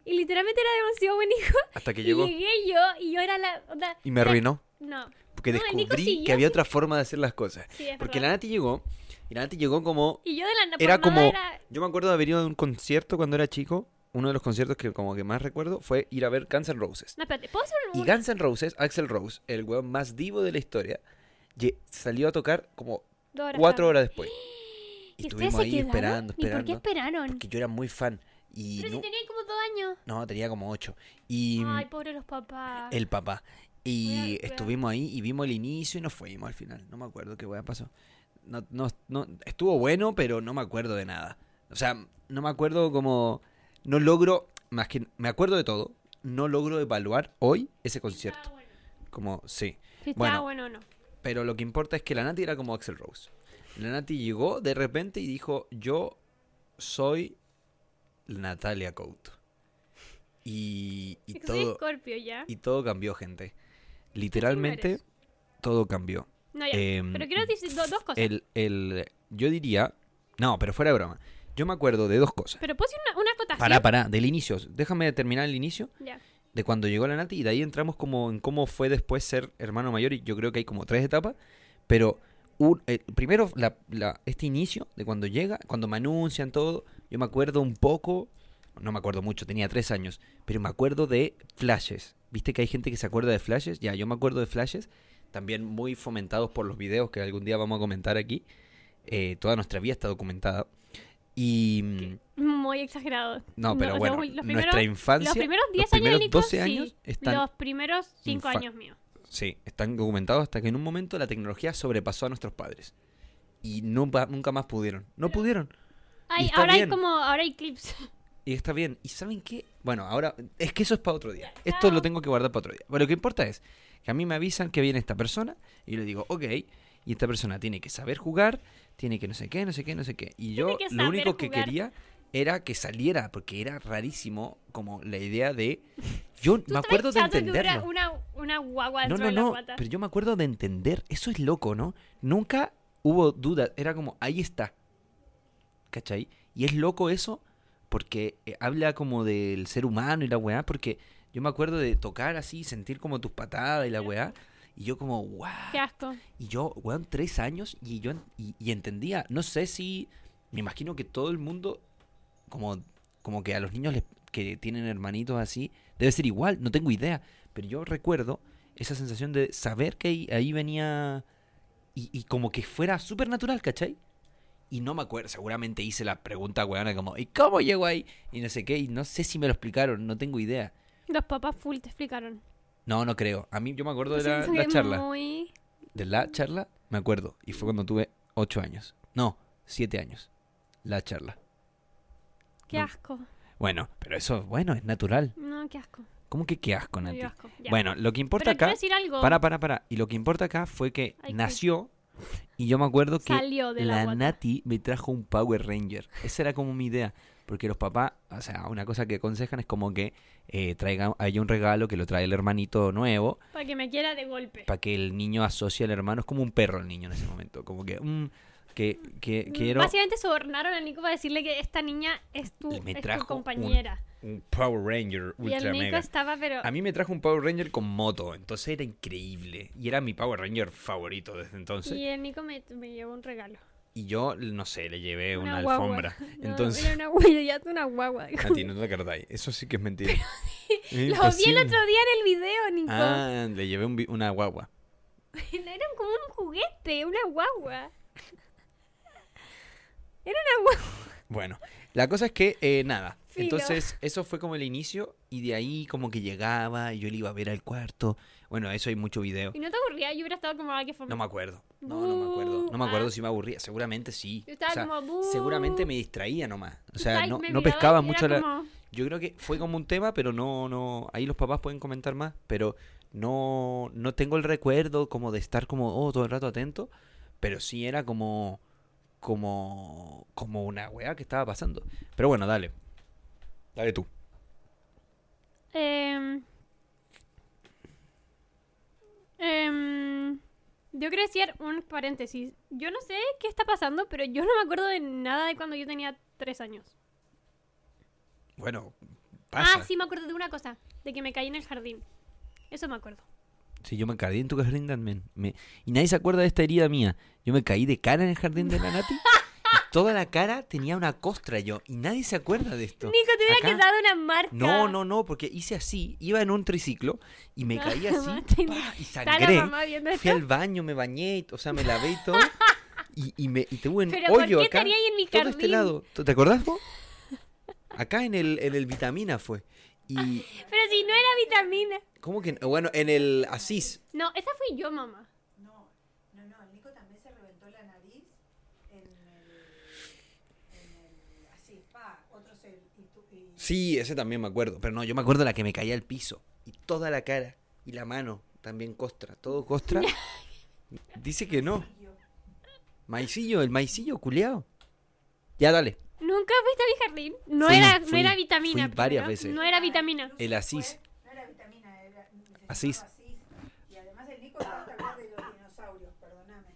S1: Y literalmente era demasiado buen hijo.
S2: Hasta que
S1: Y
S2: llegó
S1: llegué yo y yo era la. onda-
S2: y me arruinó.
S1: No.
S2: Porque
S1: No, el Nico
S2: descubrí que
S1: siguió
S2: había otra forma de hacer las cosas.
S1: Sí, es
S2: Porque la
S1: verdad.
S2: Nati llegó, y la Nati llegó como...
S1: Y yo de la
S2: Era
S1: por nada
S2: como...
S1: era-
S2: Yo me acuerdo de haber ido a un concierto cuando era chico. Uno de los conciertos que como que más recuerdo fue ir a ver Guns N' Roses.
S1: No, espérate, ¿puedo hacer un,
S2: Y Guns N' Roses, Axel Rose, el weón más divo de la historia, lle- salió a tocar como
S1: dos horas
S2: cuatro
S1: tarde?
S2: horas después. Y
S1: ¿Y ustedes
S2: estuvimos
S1: se
S2: ahí
S1: quedaron?
S2: esperando,
S1: ¿Y por qué
S2: esperando.
S1: esperaron?
S2: Porque yo era muy fan. Y
S1: Pero
S2: no,
S1: si tenía como dos años.
S2: no, tenía como ocho. Y mm,
S1: Ay, pobre los papás.
S2: el papá.
S1: Voy a-
S2: Y
S1: voy a-
S2: estuvimos ahí y vimos el inicio y nos fuimos al final. No me acuerdo qué weá pasó. No, no, no, estuvo bueno, pero no me acuerdo de nada. O sea, no me acuerdo como... No logro, más que... Me acuerdo de todo. No logro evaluar hoy ese concierto. Como, sí.
S1: Si Ah, estaba
S2: Bueno.
S1: bueno o no.
S2: Pero lo que importa es que la Nati era como Axel Rose. La Nati llegó de repente y dijo, yo soy Natalia Couto. Y, y
S1: Es que soy
S2: todo,
S1: Scorpio ya.
S2: y todo cambió, gente. Literalmente,
S1: eres.
S2: todo cambió.
S1: No, ya.
S2: em,
S1: pero quiero decir do- dos cosas.
S2: El, el, yo diría... No, pero fuera de broma. Yo me acuerdo de dos cosas.
S1: Pero puse una, una acotación.
S2: Pará, pará, del inicio. Déjame terminar el inicio
S1: Ya.
S2: de cuando llegó la Nati y de ahí entramos como en cómo fue después ser hermano mayor y yo creo que hay como tres etapas, pero un- eh, primero la- la- este inicio de cuando llega, cuando me anuncian todo, yo me acuerdo un poco, no me acuerdo mucho, tenía tres años, pero me acuerdo de flashes, viste que hay gente que se acuerda de flashes, ya yo me acuerdo de flashes, también muy fomentados por los videos que algún día vamos a comentar aquí, Eh, toda nuestra vida está documentada y... mm,
S1: Muy exagerado.
S2: No, pero
S1: los-
S2: bueno,
S1: los, primeros,
S2: nuestra infancia,
S1: los primeros 10
S2: los primeros
S1: años de Nico,
S2: 12
S1: sí.
S2: años están
S1: Los primeros 5
S2: infa-
S1: años míos.
S2: Sí, están documentados hasta que en un momento la tecnología sobrepasó a nuestros padres. Y nunca, nunca más pudieron. No pudieron.
S1: Ay,
S2: está
S1: ahora hay
S2: bien.
S1: como. Ahora hay clips.
S2: Y está bien. ¿Y saben qué? Bueno, ahora... Es que eso es para otro día. Esto lo tengo que guardar para otro día. Pero lo que importa es que a mí me avisan que viene esta persona y yo le digo, ok. Y y esta persona tiene que saber jugar, tiene que no sé qué, no sé qué, no sé qué. Y yo
S1: que
S2: lo
S1: saber
S2: único que
S1: jugar.
S2: quería era que saliera, porque era rarísimo como la idea de... Yo me acuerdo de
S1: Estaba chato que hubiera
S2: entenderlo.
S1: Una, una guagua
S2: No,
S1: dentro
S2: no,
S1: de la
S2: no,
S1: guata.
S2: pero yo me acuerdo de entender, eso es loco, ¿no? Nunca hubo duda, era como, ahí está. ¿Cachai? Y es loco eso porque eh, habla como del ser humano y la weá, porque yo me acuerdo de tocar así, sentir como tus patadas y la weá, y yo como, wow.
S1: Qué asco.
S2: Y yo, weón, tres años y yo en- y, y entendía, no sé si, me imagino que todo el mundo, como, como que a los niños les- que tienen hermanitos así, debe ser igual, no tengo idea, pero yo recuerdo esa sensación de saber que ahí, ahí venía y, y como que fuera súper natural, ¿cachai? Y no me acuerdo, seguramente hice la pregunta, weón, como, ¿y cómo llegó ahí? Y no sé qué, y no sé si me lo explicaron, no tengo idea.
S1: Los papás full te explicaron.
S2: No, no creo. A mí yo me acuerdo de la,
S1: Siento que
S2: la
S1: es
S2: charla
S1: muy-
S2: de la charla, me acuerdo, y fue cuando tuve 8 años. No, 7 años. La charla.
S1: Qué
S2: No.
S1: asco.
S2: Bueno, pero eso, bueno, es natural.
S1: No, qué asco.
S2: ¿Cómo que qué asco,
S1: Me
S2: Nati?
S1: dio asco. Ya.
S2: Bueno, lo que importa
S1: pero quiero
S2: acá.
S1: decir algo.
S2: Para, para, para. Y lo que importa acá fue que
S1: Ay, qué-
S2: nació. Y yo me acuerdo que
S1: Salió de la
S2: la
S1: guata.
S2: Nati me trajo un Power Ranger. Esa era como mi idea. Porque los papás, o sea, una cosa que aconsejan es como que eh, traiga, haya un regalo que lo trae el hermanito nuevo
S1: Para que me quiera de golpe.
S2: para que el niño asocie al hermano. Es como un perro el niño en ese momento. Como que, mm, que,
S1: Mm,
S2: que quiero
S1: Básicamente sobornaron a Nico para decirle que esta niña es tu,
S2: Y me
S1: es tu
S2: trajo un
S1: compañera.
S2: un Power Ranger
S1: y el
S2: ultra
S1: Nico
S2: mega.
S1: estaba, pero.
S2: A mí me trajo un Power Ranger con moto, entonces era increíble. Y era mi Power Ranger favorito desde entonces.
S1: Y el Nico me, me llevó un regalo.
S2: Y yo, no sé, le llevé una,
S1: guagua.
S2: alfombra.
S1: No,
S2: Entonces,
S1: Era una guagua, ya una guagua.
S2: Nati, no te acordáis. Eso sí que es mentira. Es
S1: Lo vi el
S2: imposible.
S1: otro día en el video, Nico.
S2: Ah, le llevé un vi- una guagua.
S1: No era como un juguete, una guagua. Era una guagua.
S2: Bueno, la cosa es que eh, nada.
S1: Filo.
S2: Entonces, eso fue como el inicio y de ahí como que llegaba y yo le iba a ver al cuarto. Bueno, eso hay mucho video.
S1: Y no te aburría, yo hubiera estado como ah, que fome.
S2: No me acuerdo. No, no me acuerdo. No me acuerdo
S1: Ah.
S2: si me aburría. Seguramente sí.
S1: Yo estaba
S2: O sea,
S1: como, "Bú".
S2: seguramente me distraía nomás. O sea,
S1: Total,
S2: no,
S1: me
S2: no
S1: miraba
S2: pescaba
S1: y era
S2: mucho la...
S1: como-
S2: Yo creo que fue como un tema, pero no, no... Ahí los papás pueden comentar más, pero no, no tengo el recuerdo como de estar como, oh, todo el rato atento, pero sí era como... Como... Como una weá que estaba pasando. Pero bueno, dale. Dale tú.
S1: Em, em, yo quería decir un paréntesis. Yo no sé qué está pasando, pero yo no me acuerdo de nada de cuando yo tenía tres años.
S2: Bueno, pasa.
S1: Ah, sí, me acuerdo de una cosa, de que me caí en el jardín. Eso me acuerdo.
S2: Sí, yo me caí en tu jardín también. Me- Y nadie se acuerda de esta herida mía. Yo me caí de cara en el jardín de la Nati. y toda la cara tenía una costra yo. Y nadie se acuerda de esto.
S1: Nico, te hubiera
S2: Acá-
S1: quedado una marca.
S2: No, no, no, porque hice así. Iba en un triciclo y me caí así.
S1: Martín,
S2: pa, y
S1: Está la
S2: sangré.
S1: mamá viendo
S2: Fui
S1: esto.
S2: al baño, me bañé, o sea, me lavé y todo. Y, y me, y tuve un
S1: Pero ¿por
S2: hoyo
S1: qué
S2: acá.
S1: estaría ahí en mi
S2: todo
S1: jardín?
S2: este lado. ¿Tú- ¿Te acordás vos? Acá en el, en el vitamina fue. Y,
S1: Pero si no era vitamina.
S2: ¿cómo que? no? Bueno, en el Asís.
S1: No, esa fui yo, mamá.
S4: No, no, no, el Nico también se reventó la nariz en el. En el así, pa, otro se. Y tú, y,
S2: Sí, ese también me acuerdo. Pero no, yo me acuerdo la que me caía al piso. Y toda la cara. Y la mano. También costra. Todo costra. Dice que no.
S4: y yo,
S2: Maicillo, el maicillo culeado. Ya dale.
S1: Nunca fuiste a mi jardín. No,
S2: Fui,
S1: era, no
S2: fui,
S1: era vitamina.
S2: fui varias
S1: primero.
S2: veces.
S1: No era vitamina.
S4: incluso
S2: El Asís.
S4: fue- no era vitamina, era. se llamaba
S2: Asís.
S4: Y además el Nico estaba hablar de los dinosaurios, perdóname.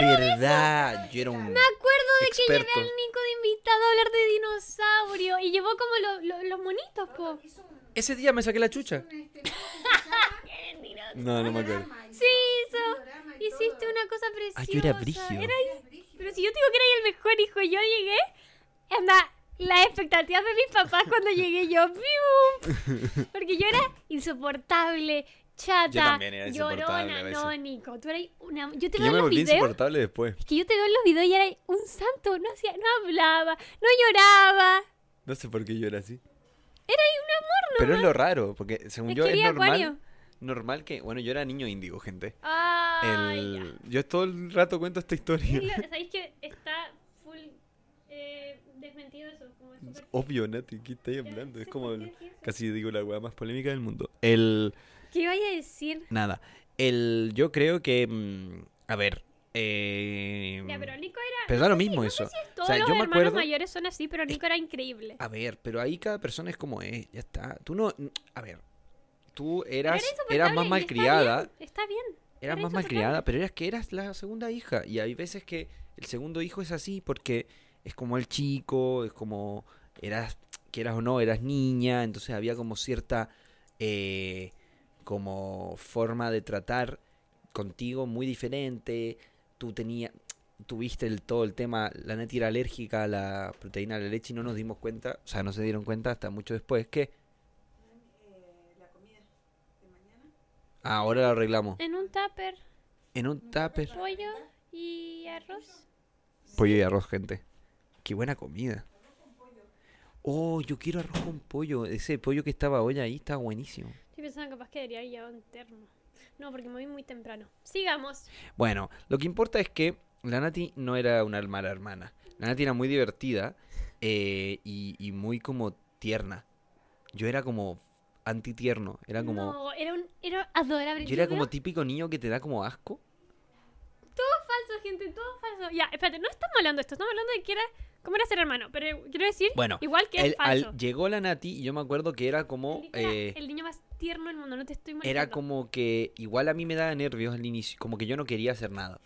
S2: ¿Verdad? Yo era un
S1: Me acuerdo de que
S2: experto.
S1: llevé al Nico de invitado a hablar de dinosaurio y llevó como lo- lo- los monitos, po.
S4: Hizo un.
S2: Ese día me saqué la chucha.
S4: un, este, ¿cómo que se llama?
S2: No, no me acuerdo.
S4: Diorama, hizo
S1: Sí, hizo.
S4: un diorama y
S1: Hiciste
S4: todo.
S1: una cosa preciosa.
S2: Ah, yo era brigio.
S1: Era-
S4: Era brígido.
S1: Pero si yo te digo que era el mejor hijo, yo llegué. Anda, las expectativas de mis papás cuando llegué yo. ¡pium! Porque yo era insoportable, chata,
S2: Yo también era insoportable
S1: llorona.
S2: a veces.
S1: No, Nico, tú eras una. Yo te
S2: Que
S1: veo
S2: yo
S1: en
S2: me
S1: los
S2: volví
S1: videos.
S2: insoportable después.
S1: Es que yo te veo en los videos y era un santo. No hacía, no hablaba, no lloraba.
S2: No sé por qué yo era así.
S1: Era un amor, ¿no?
S2: Pero es lo raro, porque según
S1: Es
S2: yo
S1: que
S2: es
S1: era
S2: normal.
S1: acuario.
S2: Normal que. Bueno, yo era niño índigo, gente.
S1: Ay, ya.
S2: El, yo todo el rato cuento esta historia.
S1: Lo- Sabéis que está full eh, desmentido eso. Como es súper-
S2: Obvio, Nati, ¿qué estáis
S1: Ya
S2: hablando?
S1: sé
S2: Es
S1: por
S2: como
S1: qué
S2: el-
S1: decís eso.
S2: casi digo la weá más polémica del mundo. El.
S1: ¿Qué iba a decir?
S2: Nada. El, yo creo que. mm, A ver. eh,
S1: Ya, pero Nico era.
S2: pero da lo mismo eso.
S1: Todos
S2: o sea,
S1: los
S2: yo me
S1: hermanos
S2: acuerdo.
S1: mayores son así, pero Nico era increíble.
S2: A ver, pero ahí cada persona es como es, ya está. Tú no. A ver. Tú eras,
S1: Pero era
S2: eras más
S1: insoportable, y
S2: malcriada.
S1: Está bien. era
S2: Eras más
S1: insoportable.
S2: malcriada, pero eras que eras la segunda hija. Y hay veces que el segundo hijo es así porque es como el chico, es como eras, quieras o no, eras niña, entonces había como cierta eh, como forma de tratar contigo muy diferente. Tú tenías, tuviste el, todo el tema, la neti era alérgica a la proteína de la leche y no nos dimos cuenta, o sea, no se dieron cuenta hasta mucho después que
S4: Eh, la comida de mañana.
S2: Ah, ahora lo arreglamos.
S1: En un tupper,
S2: En un tupper.
S1: pollo y arroz.
S2: Pollo y arroz, gente. Qué buena comida. Oh, yo quiero arroz con pollo. Ese pollo que estaba hoy ahí estaba buenísimo.
S1: Estoy pensando capaz que debería ir llevado un termo. No, porque me voy muy temprano. Sigamos.
S2: Bueno, lo que importa es que la Nati no era una mala hermana. La Nati era muy divertida eh, y, y muy como tierna. Yo era como antitierno. Era como.
S1: No, era, un, era adorable.
S2: Yo era
S1: veo
S2: como típico niño que te da como asco.
S1: falso, gente, todo falso. Ya, espérate, no estamos hablando de esto, estamos hablando de que era. ¿Cómo era ser hermano? Pero quiero decir,
S2: Bueno,
S1: igual que
S2: Él-
S1: es
S2: al-
S1: falso.
S2: llegó la Nati y yo me acuerdo que era como.
S1: El, niño
S2: eh,
S1: era el niño más tierno del mundo, no te estoy molestando.
S2: era como que igual a mí me daba nervios al inicio, como que yo no quería hacer nada.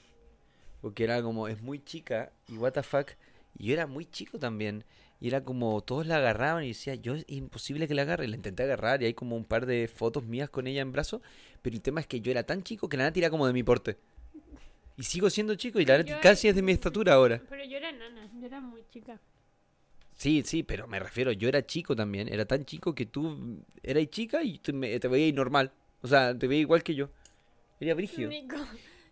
S2: Porque era como, es muy chica y what the fuck. Y yo era muy chico también. Y era como, todos la agarraban y decía, yo es imposible que la agarre. Y la intenté agarrar y hay como un par de fotos mías con ella en brazo. Pero el tema es que yo era tan chico que la Nati era como de mi porte. Y sigo siendo chico y la Nati
S1: Yo-
S2: casi es de mi estatura ahora.
S1: Pero yo era nana, yo era muy chica.
S2: Sí, sí, pero me refiero, yo era chico también. Era tan chico que tú eras chica y te, me- te veías normal. O sea, te veías igual que yo. Era brígido.
S1: Nico.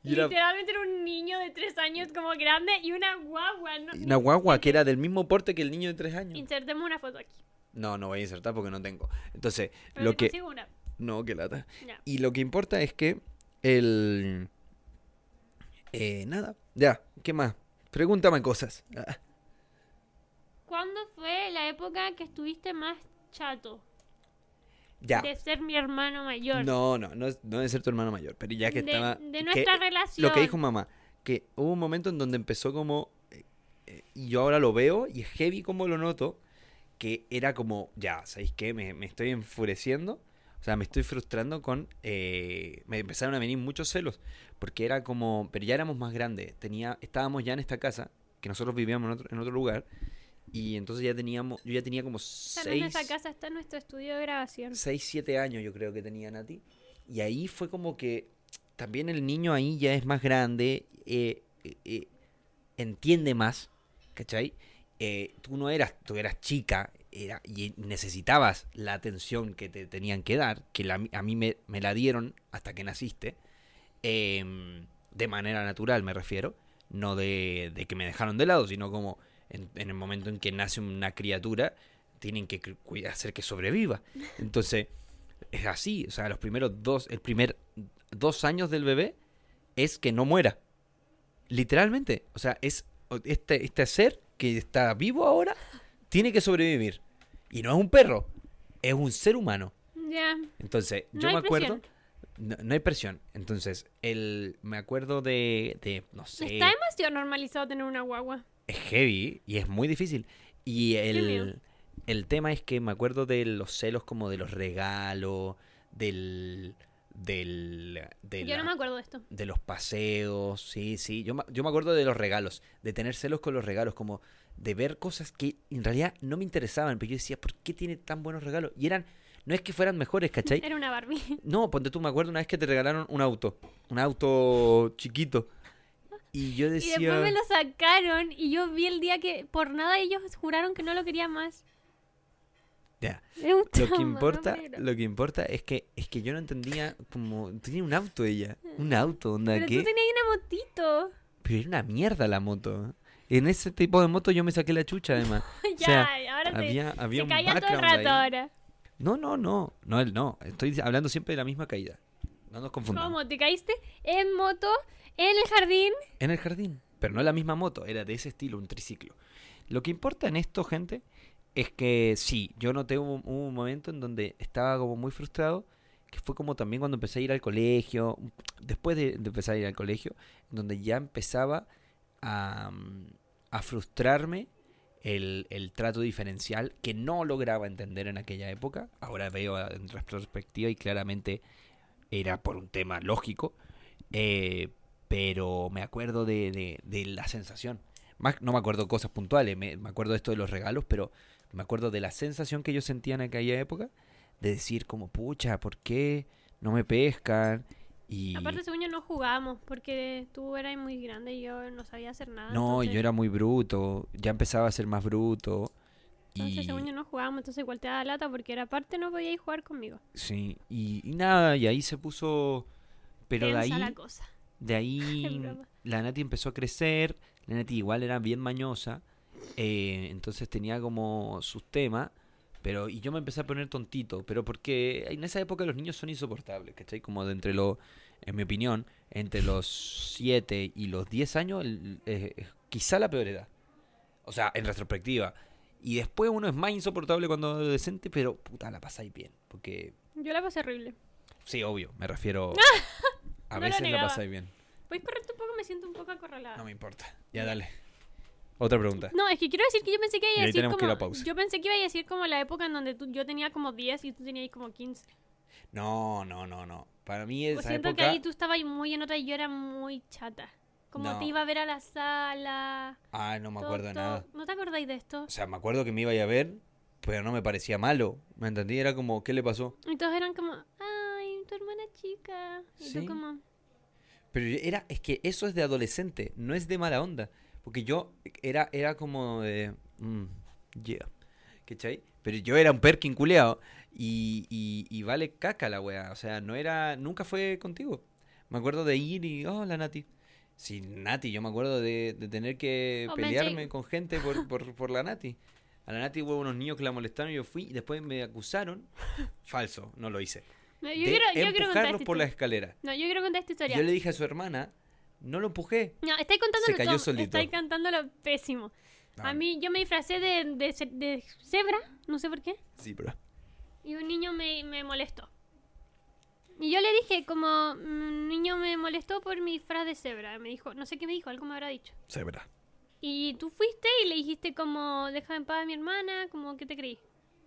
S2: Y era-
S1: Literalmente era un niño de tres años como grande y una guagua. ¿no?
S2: Una guagua que era del mismo porte que el niño de tres años.
S1: Insertemos una foto aquí.
S2: No, no voy a insertar porque no tengo. Entonces,
S1: Pero
S2: lo
S1: te
S2: que...
S1: consigo una.
S2: No, que lata.
S1: Ya.
S2: Y lo que importa es que el... Eh, nada. Ya, ¿qué más? Pregúntame cosas. Ah,
S1: ¿Cuándo fue la época que estuviste más chato
S2: Ya.
S1: de ser mi hermano mayor?
S2: No, no, no, es- no de ser tu hermano mayor, pero ya que
S1: de,
S2: estaba...
S1: de
S2: que-
S1: nuestra relación.
S2: Lo que dijo mamá, que hubo un momento en donde empezó como, eh, eh, y yo ahora lo veo, y es heavy como lo noto, que era como, ya, ¿sabéis qué? Me, me estoy enfureciendo, o sea, me estoy frustrando con, eh, me empezaron a venir muchos celos, porque era como, pero ya éramos más grandes, tenía, estábamos ya en esta casa, que nosotros vivíamos en otro, en otro lugar, y entonces ya teníamos, yo ya tenía como
S1: Está
S2: seis,
S1: en esa casa, está en nuestro estudio de grabación.
S2: 6, 7 años yo creo que tenía Nati. Y ahí fue como que también el niño ahí ya es más grande, eh, eh, eh, entiende más, ¿cachai? Eh, tú no eras, tú eras chica era, y necesitabas la atención que te tenían que dar, que la- a mí me, me la dieron hasta que naciste, em, de manera natural me refiero, no de, de que me dejaron de lado, sino como en, en el momento en que nace una criatura, tienen que cri- cui- hacer que sobreviva. Entonces, es así. O sea, los primeros dos, el primer dos años del bebé es que no muera. Literalmente. O sea, es o- este, este ser que está vivo ahora tiene que sobrevivir. Y no es un perro, es un ser humano.
S1: Ya.
S2: Entonces,
S1: No
S2: yo
S1: hay
S2: me acuerdo.
S1: presión.
S2: No, no hay presión. Entonces, el, me acuerdo de, de, no sé,
S1: Está demasiado normalizado tener una guagua.
S2: es heavy y es muy difícil. Y
S1: miedo.
S2: el, el tema es que me acuerdo de los celos como de los regalos, del... del de,
S1: Yo
S2: la-
S1: no me acuerdo de esto.
S2: de los paseos, sí, sí. Yo, me- yo me acuerdo de los regalos, de tener celos con los regalos, como de ver cosas que en realidad no me interesaban, pero yo decía, ¿por qué tiene tan buenos regalos? Y eran, no es que fueran mejores, ¿cachai?
S1: Era una Barbie.
S2: No, ponte tú, me acuerdo una vez que te regalaron un auto, un auto chiquito. Y yo
S1: Y
S2: decía...
S1: después me lo sacaron y yo vi el día que por nada ellos juraron que no lo quería más.
S2: Ya.
S1: Era un
S2: lo
S1: trauma,
S2: que
S1: no
S2: importa
S1: me creo.
S2: lo que importa es que es que yo no entendía como tenía un auto ella un auto onda
S1: Pero
S2: que
S1: tú tenías una motito.
S2: pero era una mierda la moto en ese tipo de moto yo me saqué la chucha además
S1: ya,
S2: o sea,
S1: ahora te-
S2: había había
S1: se
S2: un
S1: caía todo el
S2: background
S1: rato
S2: ahí.
S1: ahora.
S2: no no no no él no estoy hablando siempre de la misma caída no nos confundamos
S1: ¿Cómo? ¿Te caíste en moto, en el jardín?
S2: en el jardín pero no la misma moto era de ese estilo un triciclo lo que importa en esto gente es que sí yo noté un, un momento en donde estaba como muy frustrado que fue como también cuando empecé a ir al colegio, después de, de empezar a ir al colegio, donde ya empezaba a, mm, a frustrarme el, el trato diferencial que no lograba entender en aquella época. Ahora veo a- en retrospectiva y claramente era por un tema lógico, eh, pero me acuerdo de, de- de la sensación. Más- no me acuerdo cosas puntuales, me, me acuerdo esto de los regalos, pero me acuerdo de la sensación que yo sentía en aquella época de decir como, pucha, ¿por qué no me pescan? Y...
S1: Aparte, según yo, no jugábamos porque tú eras muy grande y yo no sabía hacer nada.
S2: No,
S1: Ah, entonces-
S2: yo era muy bruto, ya empezaba a ser más bruto.
S1: Entonces,
S2: Y,
S1: según yo, no jugábamos. Entonces, igual te daba lata porque era parte, no podíais jugar conmigo.
S2: sí, y, y nada, y ahí se puso... Pero de
S1: Tensa
S2: ahí,
S1: la cosa.
S2: de ahí
S1: broma.
S2: la Nati empezó a crecer, la Nati igual era bien mañosa, eh, entonces tenía como sus temas, pero y yo me empecé a poner tontito, pero porque en esa época los niños son insoportables, ¿cachai? Como de entre los, en mi opinión, entre los 7 y los 10 años, el- eh, es quizá la peor edad. O sea, en retrospectiva. Y después uno es más insoportable cuando es adolescente, pero puta, la pasáis bien. Porque,
S1: Yo la pasé horrible.
S2: sí, obvio, me refiero. A
S1: No lo
S2: veces la
S1: negaba.
S2: pasáis bien.
S1: ¿Puedes correrte un poco? Me siento un poco acorralada.
S2: No me importa. Ya dale. Otra pregunta.
S1: No, es que quiero decir que yo pensé que
S2: Y
S1: iba
S2: ahí
S1: a decir
S2: tenemos que ir
S1: como...
S2: a pausa.
S1: Yo pensé que iba a decir como la época en donde tú, yo tenía como 10 y tú tenías como 15.
S2: No, no, no, no. Para mí
S1: Pues
S2: esa
S1: siento
S2: época.
S1: que ahí tú estabas muy en otra y yo era muy chata. Como
S2: No.
S1: te iba a ver a la sala...
S2: Ah, no me
S1: todo-
S2: acuerdo de
S1: todo.
S2: nada.
S1: ¿No te acordáis de esto?
S2: O sea, me acuerdo que me iba a ir a ver, pero no me parecía malo. ¿Me entendí? Era como, ¿qué le pasó?
S1: Y todos eran como... Ay, tu hermana chica. Y
S2: Sí.
S1: tú como...
S2: Pero yo era, es que eso es de adolescente, no es de mala onda. Porque yo era, era como de. mm, yeah. ¿Cachai? Pero yo era un perkin culeado. Y, y, y vale caca la wea. O sea, no era. Nunca fue contigo. Me acuerdo de ir y. Oh, la Nati. Sí, Nati, yo me acuerdo de, de tener que
S1: Oh, Benji.
S2: pelearme con gente por, por, por la Nati. A la Nati hubo unos niños que la molestaron y yo fui y después me acusaron. Falso, no lo hice.
S1: No, yo,
S2: de
S1: quiero, yo quiero contar
S2: empujarlos
S1: esta
S2: por la
S1: historia.
S2: escalera.
S1: No, yo quiero contar esta historia.
S2: Yo le dije a su hermana, no lo empujé.
S1: No, estáis contándolo
S2: cayó
S1: todo.
S2: solito.
S1: Estáis cantándolo pésimo. A mí, yo me disfracé de, de, ce- de cebra, no sé por qué,
S2: Sí, bro.
S1: y un niño me, me molestó. Y yo le dije, como, "Mm, un niño me molestó por mi disfraz de cebra. Me dijo, no sé qué me dijo, algo me habrá dicho.
S2: Sí, bro.
S1: Y tú fuiste y le dijiste, como, deja en paz a mi hermana, como, ¿qué te creí?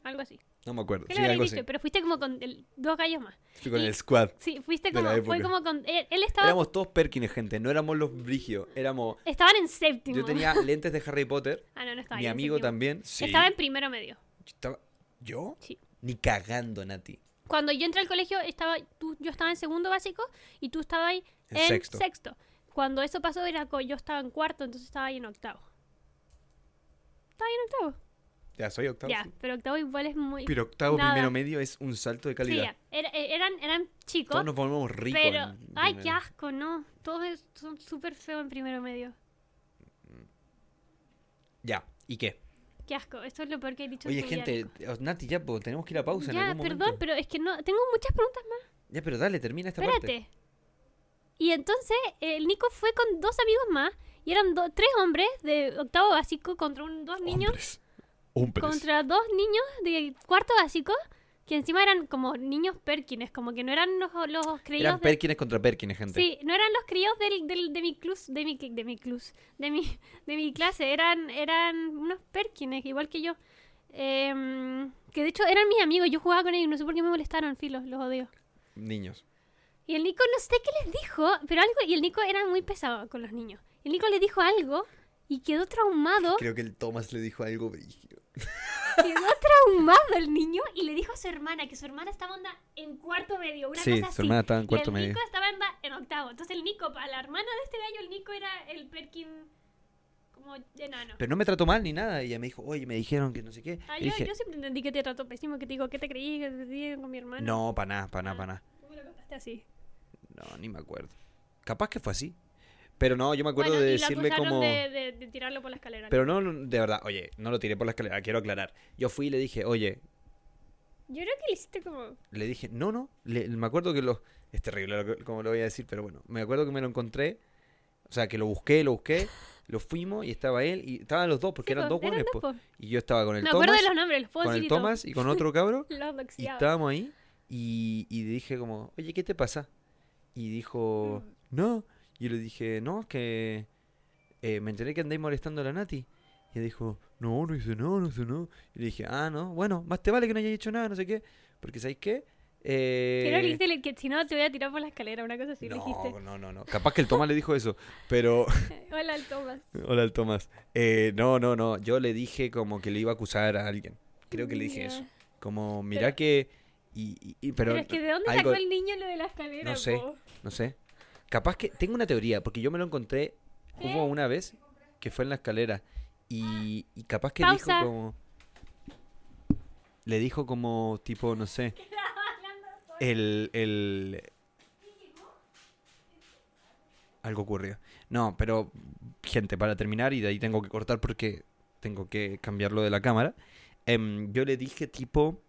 S1: Algo así.
S2: No me acuerdo.
S1: ¿Qué
S2: Sí,
S1: le habré
S2: algo
S1: dicho?
S2: así.
S1: Pero fuiste como con el- dos gallos más.
S2: Fui con
S1: y-
S2: el squad.
S1: Sí, fuiste
S2: De la
S1: como, fue
S2: época.
S1: como con. Él, él estaba.
S2: Éramos todos perkines, gente. No éramos los brigios. Éramos...
S1: Estaban en séptimo.
S2: Yo tenía lentes de Harry Potter.
S1: Ah, no, no estaba
S2: mi
S1: yo en
S2: amigo
S1: séptimo.
S2: también. Sí.
S1: Estaba en primero medio.
S2: Estaba- ¿Yo?
S1: Sí.
S2: Ni cagando, Nati.
S1: cuando yo entré al colegio estaba tú, yo estaba en segundo básico y tú estabas ahí
S2: En
S1: en,
S2: sexto.
S1: sexto. Cuando eso pasó era co- yo estaba en cuarto, entonces estaba ahí en octavo. Estaba ahí en octavo.
S2: Ya, soy octavo.
S1: ya,
S2: sí.
S1: pero octavo igual es muy
S2: Pero octavo
S1: Nada.
S2: primero medio es un salto de
S1: Sí,
S2: calidad.
S1: ya. Era- e- eran eran chicos,
S2: Todos nos volvemos ricos.
S1: pero
S2: en
S1: ay,
S2: primero.
S1: qué asco, no. Todos es- son súper feos en primero medio.
S2: Ya, ¿y qué?
S1: Qué asco, eso es lo peor que he dicho. en
S2: Oye,
S1: mi
S2: gente,
S1: vida.
S2: oh, Nati, ya, po, tenemos que ir a pausa en
S1: Ya,
S2: algún
S1: perdón,
S2: momento.
S1: pero es que no tengo muchas preguntas más.
S2: Ya, pero dale, termina esta parte.
S1: Espérate. Y entonces el Nico fue con dos amigos más y eran do- tres hombres de octavo básico contra un, dos niños
S2: Hombres. Hombres.
S1: contra dos niños de cuarto básico que encima eran como niños perkines, como que no eran los, los
S2: Eran
S1: criados de-
S2: perkines contra perkines, gente.
S1: Sí, no eran los criados del, del- de mi clus, de mi cl- de mi clus, de mi de mi clase, eran eran unos perkines igual que yo. Em, que de hecho eran mis amigos, yo jugaba con ellos, no sé por qué me molestaron, filos, los odio.
S2: Niños.
S1: Y el Nico, no sé qué les dijo, pero algo. Y el Nico era muy pesado con los niños. El Nico le dijo algo y quedó traumado.
S2: Creo que el Thomas le dijo algo brígido.
S1: Quedó traumado el niño y le dijo a su hermana que su hermana estaba onda en cuarto medio. Una
S2: Sí,
S1: cosa así.
S2: su hermana estaba en
S1: y
S2: cuarto
S1: el
S2: medio.
S1: Nico estaba en, ba- en octavo. Entonces el Nico, para la hermana de este gallo, el Nico era el Perkin como enano.
S2: Pero no me trató mal ni nada. Y ella me dijo, oye, me dijeron que no sé qué.
S1: Ah,
S2: Y
S1: yo,
S2: dije,
S1: yo siempre entendí que te trató pésimo, que te digo, ¿qué te creí? que te di con mi hermana?
S2: no, para nada,
S1: Ah.
S2: para nada, para nada.
S1: ¿Cómo lo contaste así?
S2: No, ni me acuerdo. Capaz que fue así. Pero no, yo me acuerdo
S1: bueno,
S2: de
S1: y lo
S2: decirle
S1: acusaron
S2: como...
S1: de, de- de tirarlo por la escalera.
S2: Pero no, no, de verdad, oye, no lo tiré por la escalera, quiero aclarar. Yo fui y le dije, oye,
S1: Yo creo que le hiciste como...
S2: le dije, no, no, le- me acuerdo que lo... Es terrible lo que- como lo voy a decir, pero bueno, me acuerdo que me lo encontré, o sea, que lo busqué, lo busqué, lo fuimos y estaba él, y estaban los dos, porque
S1: Sí,
S2: eran
S1: po,
S2: dos buenos,
S1: dos, po.
S2: y yo estaba con el
S1: Me acuerdo
S2: Thomas,
S1: de los nombres, los puedo
S2: con
S1: decir
S2: el
S1: y todo.
S2: Thomas y con otro cabro,
S1: Los
S2: y
S1: doxiaba.
S2: estábamos ahí, Y, y dije como, oye, ¿qué te pasa? Y dijo,
S1: Mm.
S2: no. Y le dije, no, es que eh, me enteré que andáis molestando a la Nati. Y ella dijo, no, no hice nada, no hice nada. Y le dije, ah, no, bueno, más te vale que no hayas hecho nada, no sé qué. Porque, ¿sabéis qué? Eh,
S1: Creo que le dijiste que si no te voy a tirar por la escalera, una cosa así le dijiste.
S2: no, no, no, no. Capaz que el Tomás le dijo eso, pero...
S1: Hola, el Tomás.
S2: Hola, el Tomás. Eh, no, no, no. Yo le dije como que le iba a acusar a alguien. Creo que le dije
S1: Ya.
S2: eso. Como, mirá que... Y, y- y- pero,
S1: Pero, es que ¿de dónde
S2: algo-
S1: sacó el niño lo de la escalera?
S2: No sé.
S1: po?
S2: No sé. Capaz que... Tengo una teoría, porque yo me lo encontré... Hubo una vez que fue en la escalera. Y, y capaz que
S1: Pausa.
S2: dijo como... Le dijo como, tipo, no sé... El... el algo ocurrió. No, pero gente, para terminar, y de ahí tengo que cortar porque tengo que cambiarlo de la cámara. em, yo le dije tipo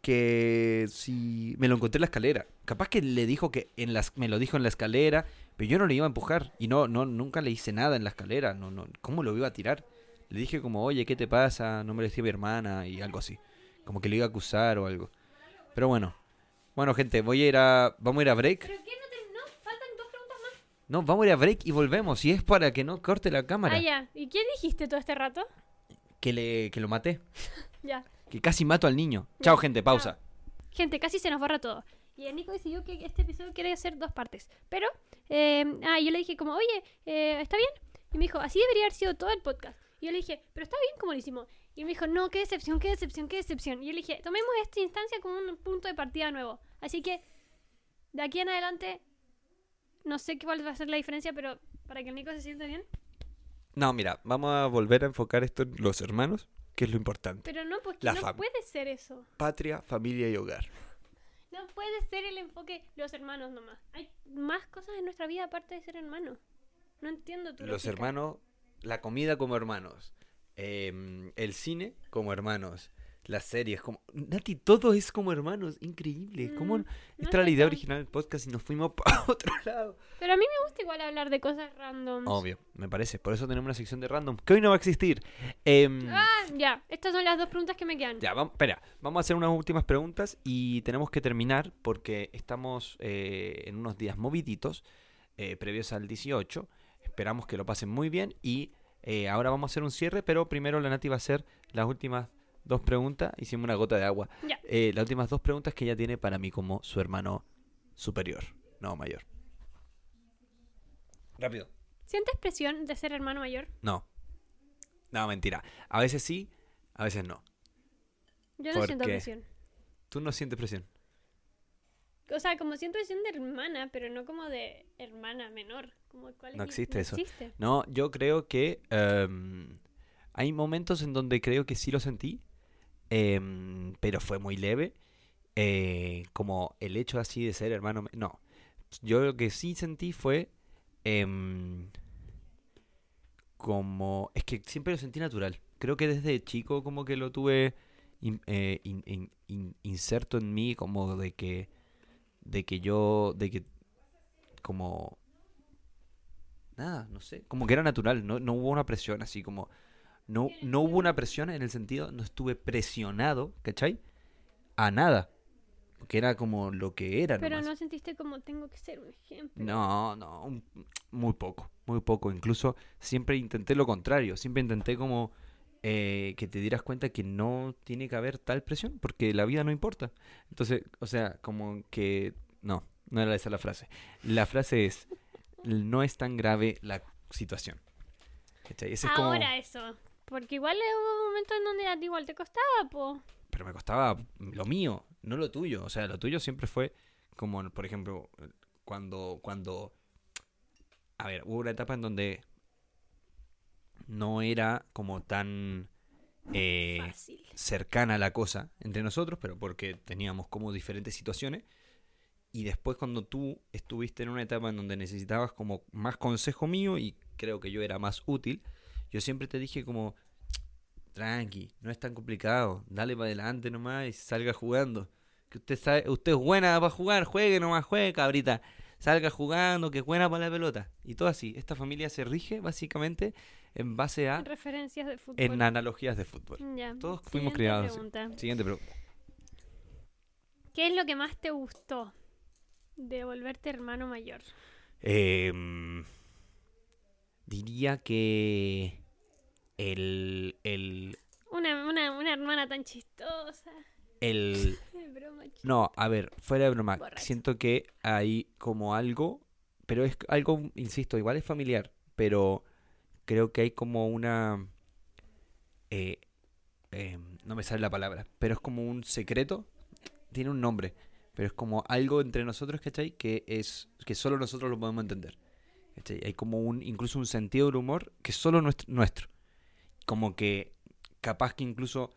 S2: que si me lo encontré en la escalera. Capaz que le dijo que en las, me lo dijo en la escalera, pero yo no le iba a empujar. Y no, no, nunca le hice nada en la escalera. No, no, ¿cómo lo iba a tirar? Le dije como, oye, ¿qué te pasa? No me lo a mi hermana y algo así. Como que le iba a acusar o algo. Pero bueno. Bueno, gente, voy a ir a. Vamos a ir a break.
S1: ¿Pero qué? No, terminó? faltan dos preguntas más.
S2: No, vamos a ir a break y volvemos. Y es para que no corte la cámara.
S1: Ah, ya. ¿Y qué dijiste todo este rato?
S2: Que, le, que lo maté.
S1: Ya.
S2: Que casi mato al niño. Chao, gente, pausa.
S1: Gente, casi se nos borra todo. Y el Nico decidió que este episodio quiere hacer dos partes. Pero, eh, ah, yo le dije como, oye, eh, ¿está bien? Y me dijo, así debería haber sido todo el podcast. Y yo le dije, pero está bien como lo hicimos. Y me dijo, no, qué decepción, qué decepción, qué decepción. Y yo le dije, tomemos esta instancia como un punto de partida nuevo. Así que, de aquí en adelante, no sé cuál va a ser la diferencia, pero para que el Nico se sienta bien.
S2: No, mira, vamos a volver a enfocar esto en los hermanos, que es lo importante.
S1: Pero no, pues que
S2: La
S1: no
S2: fam-
S1: puede ser eso.
S2: Patria, familia y hogar.
S1: No puede ser el enfoque los hermanos nomás. Hay más cosas en nuestra vida aparte de ser hermanos. No entiendo tu
S2: Los
S1: lógica.
S2: hermanos, la comida como hermanos. em, el cine como hermanos. Las series como... Nati, todo es como hermanos. Increíble. ¿Cómo...
S1: Mm, no
S2: Esta era la
S1: está
S2: idea
S1: tan-
S2: original del podcast y nos fuimos para otro lado.
S1: Pero a mí me gusta igual hablar de cosas random.
S2: Obvio, me parece. Por eso tenemos una sección de random que hoy no va a existir. Em,
S1: Ah, ya. Estas son las dos preguntas que me quedan.
S2: Ya, vamos, espera, vamos a hacer unas últimas preguntas y tenemos que terminar porque estamos eh, en unos días moviditos, eh, previos al 18. Esperamos que lo pasen muy bien y eh, ahora vamos a hacer un cierre, pero primero la Nati va a hacer las últimas dos preguntas. Hicimos una gota de agua.
S1: Ya.
S2: Eh, las últimas dos preguntas que ella tiene para mí como su hermano superior, no mayor. Rápido.
S1: ¿Sientes presión de ser hermano mayor?
S2: No. No, mentira. A veces sí, a veces no.
S1: Yo no
S2: ¿Por
S1: siento
S2: qué?
S1: presión.
S2: Tú no sientes presión.
S1: O sea, como siento presión de hermana, pero no como de hermana menor. Como, ¿cuál es
S2: No
S1: mi-
S2: existe eso.
S1: existe.
S2: No, yo creo que em, hay momentos en donde creo que sí lo sentí, em, pero fue muy leve. eh, como el hecho así de ser hermano. me- No, yo lo que sí sentí fue em, como... Es que siempre lo sentí natural. Creo que desde chico como que lo tuve in- eh, in- in- in- inserto en mí como de que... De que yo... De que... Como nada, no sé, como que era natural, no, no hubo una presión así como, no, no hubo una presión en el sentido, no estuve presionado, ¿cachai? A nada, porque era como lo que era.
S1: Pero
S2: nomás.
S1: no sentiste como tengo que ser un ejemplo.
S2: No, no, un- muy poco, muy poco. Incluso siempre intenté lo contrario, siempre intenté como eh, que te dieras cuenta que no tiene que haber tal presión, porque la vida no importa. Entonces, o sea, como que... No, no era esa la frase. La frase es, no es tan grave la situación. ¿Cachai? Ese es como-
S1: Ahora eso. Porque igual hubo momentos en donde a ti igual te costaba, po.
S2: pero me costaba lo mío, no lo tuyo. O sea, lo tuyo siempre fue como, por ejemplo, cuando, cuando, a ver, hubo una etapa en donde no era como tan eh,
S1: Fácil.
S2: cercana la cosa entre nosotros, pero porque teníamos como diferentes situaciones. Y después cuando tú estuviste en una etapa en donde necesitabas como más consejo mío y creo que yo era más útil, yo siempre te dije como, tranqui, no es tan complicado, dale para adelante nomás y salga jugando. Que usted sabe, usted es buena para jugar, juegue nomás, juegue cabrita. Salga jugando, que es buena para la pelota. Y todo así. Esta familia se rige básicamente en base a...
S1: Referencias de fútbol.
S2: en analogías de fútbol.
S1: Ya.
S2: Todos fuimos
S1: Siguiente
S2: criados así.
S1: pregunta.
S2: Siguiente pregunta.
S1: ¿Qué es lo que más te gustó de volverte hermano mayor?
S2: Em, diría que el, el,
S1: Una, una, una hermana tan chistosa.
S2: el...
S1: Ay, broma, ch-
S2: No, a ver, fuera de broma,
S1: Borracho.
S2: siento que hay como algo, pero es algo, insisto, igual es familiar, pero creo que hay como una... eh, eh, no me sale la palabra, pero es como un secreto, tiene un nombre, pero es como algo entre nosotros, ¿cachai? Que, es, que solo nosotros lo podemos entender. ¿cachai? Hay como un, incluso un sentido del humor que es solo nuestro, nuestro. Como que capaz que incluso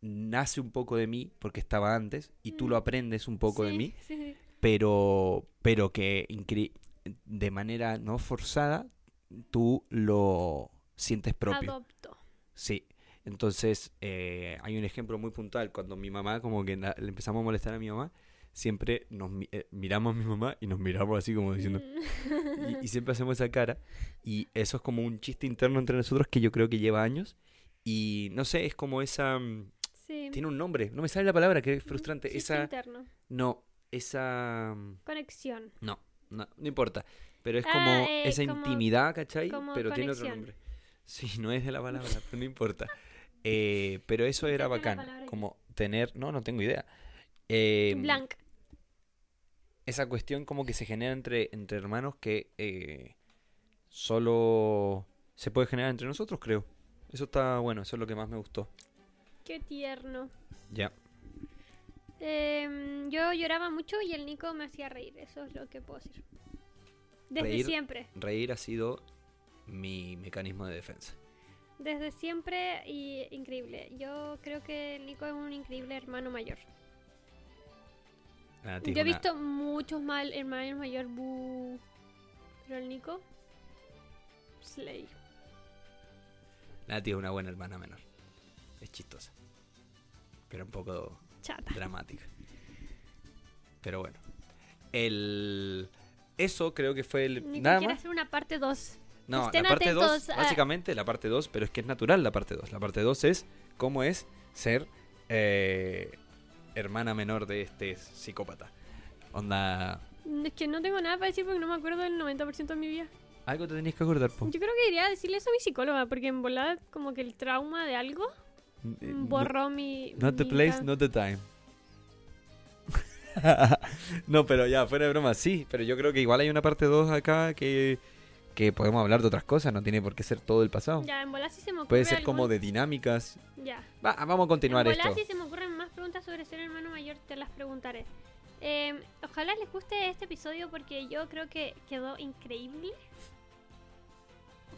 S2: nace un poco de mí porque estaba antes y tú
S1: Mm.
S2: lo aprendes un poco de
S1: Sí,
S2: mí,
S1: sí, sí.
S2: pero, pero que incre- de manera no forzada tú lo sientes propio.
S1: Adopto.
S2: Sí. Entonces, eh, hay un ejemplo muy puntual. Cuando mi mamá, como que na- le empezamos a molestar a mi mamá, siempre nos mi- eh, miramos a mi mamá y nos miramos así como diciendo.
S1: Mm.
S2: Y, y siempre hacemos esa cara. Y eso es como un chiste interno entre nosotros que yo creo que lleva años. Y no sé, es como esa. mm,
S1: Sí.
S2: Tiene un nombre, no me sale la palabra, que es frustrante.
S1: chiste
S2: Esa.
S1: interno.
S2: No, esa. mm,
S1: Conexión.
S2: No, no, no importa. Pero es
S1: Ah,
S2: como
S1: eh,
S2: esa
S1: como-
S2: intimidad, ¿cachai?
S1: como
S2: pero tiene otro
S1: conexión.
S2: nombre. Sí, no es de la palabra, pero no importa. Eh, pero eso era
S1: Intenta la
S2: bacán,
S1: palabra que-
S2: como tener, no, no tengo idea. Eh,
S1: Blanc.
S2: esa cuestión como que se genera entre, entre hermanos que eh, solo se puede generar entre nosotros, creo. Eso está bueno, eso es lo que más me gustó.
S1: Qué tierno.
S2: Ya.
S1: Em, yo lloraba mucho y el Nico me hacía reír. Eso es lo que puedo decir. Desde
S2: Reír.
S1: siempre.
S2: Reír ha sido mi mecanismo de defensa.
S1: Desde siempre y increíble. Yo creo que el Nico es un increíble hermano mayor.
S2: La Nati es
S1: Yo he
S2: una-
S1: visto muchos mal hermanos mayor. bu- Pero el Nico. pues, Slay.
S2: la Nati es una buena hermana menor. Es chistosa. Pero un poco
S1: Chata.
S2: dramática. Pero bueno. El... Eso creo que fue el...
S1: Nico
S2: Nada
S1: quiere
S2: más.
S1: hacer una parte 2.
S2: No, la
S1: Estén
S2: parte 2,
S1: atentos a-
S2: básicamente la parte 2, pero es que es natural la parte 2. La parte 2 es cómo es ser eh, hermana menor de este psicópata. Onda,
S1: Es que no tengo nada para decir porque no me acuerdo del 90% de mi vida.
S2: algo te tenías que acordar, po.
S1: Yo creo que iría a decirle eso a mi psicóloga porque en volada como que el trauma de algo
S2: Eh, no-
S1: borró mi...
S2: Not the
S1: mi
S2: place,
S1: ca-
S2: not the time. no, pero ya, fuera de broma, sí, pero yo creo que igual hay una parte 2 acá que, que podemos hablar de otras cosas, no tiene por qué ser todo el pasado.
S1: Ya, en volada sí se me ocurre
S2: Puede ser como
S1: algún-
S2: de dinámicas.
S1: Ya.
S2: Va, vamos a
S1: En
S2: continuar
S1: volada
S2: esto.
S1: si se me ocurren más preguntas sobre ser hermano mayor te las preguntaré. Eh, ojalá les guste este episodio porque yo creo que quedó increíble.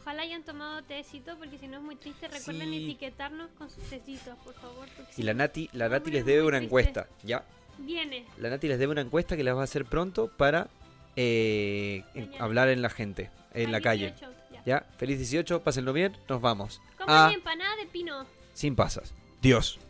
S1: Ojalá hayan tomado tecito porque si no es muy triste. Recuerden
S2: Sí.
S1: etiquetarnos con sus tecitos, por favor. porque
S2: Y
S1: si
S2: la
S1: no-
S2: Nati, la
S1: Hombre,
S2: Nati les
S1: muy
S2: debe una
S1: triste.
S2: encuesta, ¿ya?
S1: Viene.
S2: La Nati les debe una encuesta que la va a hacer pronto para eh, en-
S1: Mañana.
S2: hablar en la gente, en la
S1: Feliz
S2: calle.
S1: 18, ya.
S2: ¿Ya? Feliz 18, pásenlo bien, nos vamos.
S1: Compren
S2: Ah,
S1: empanada de pino.
S2: sin pasas. Dios.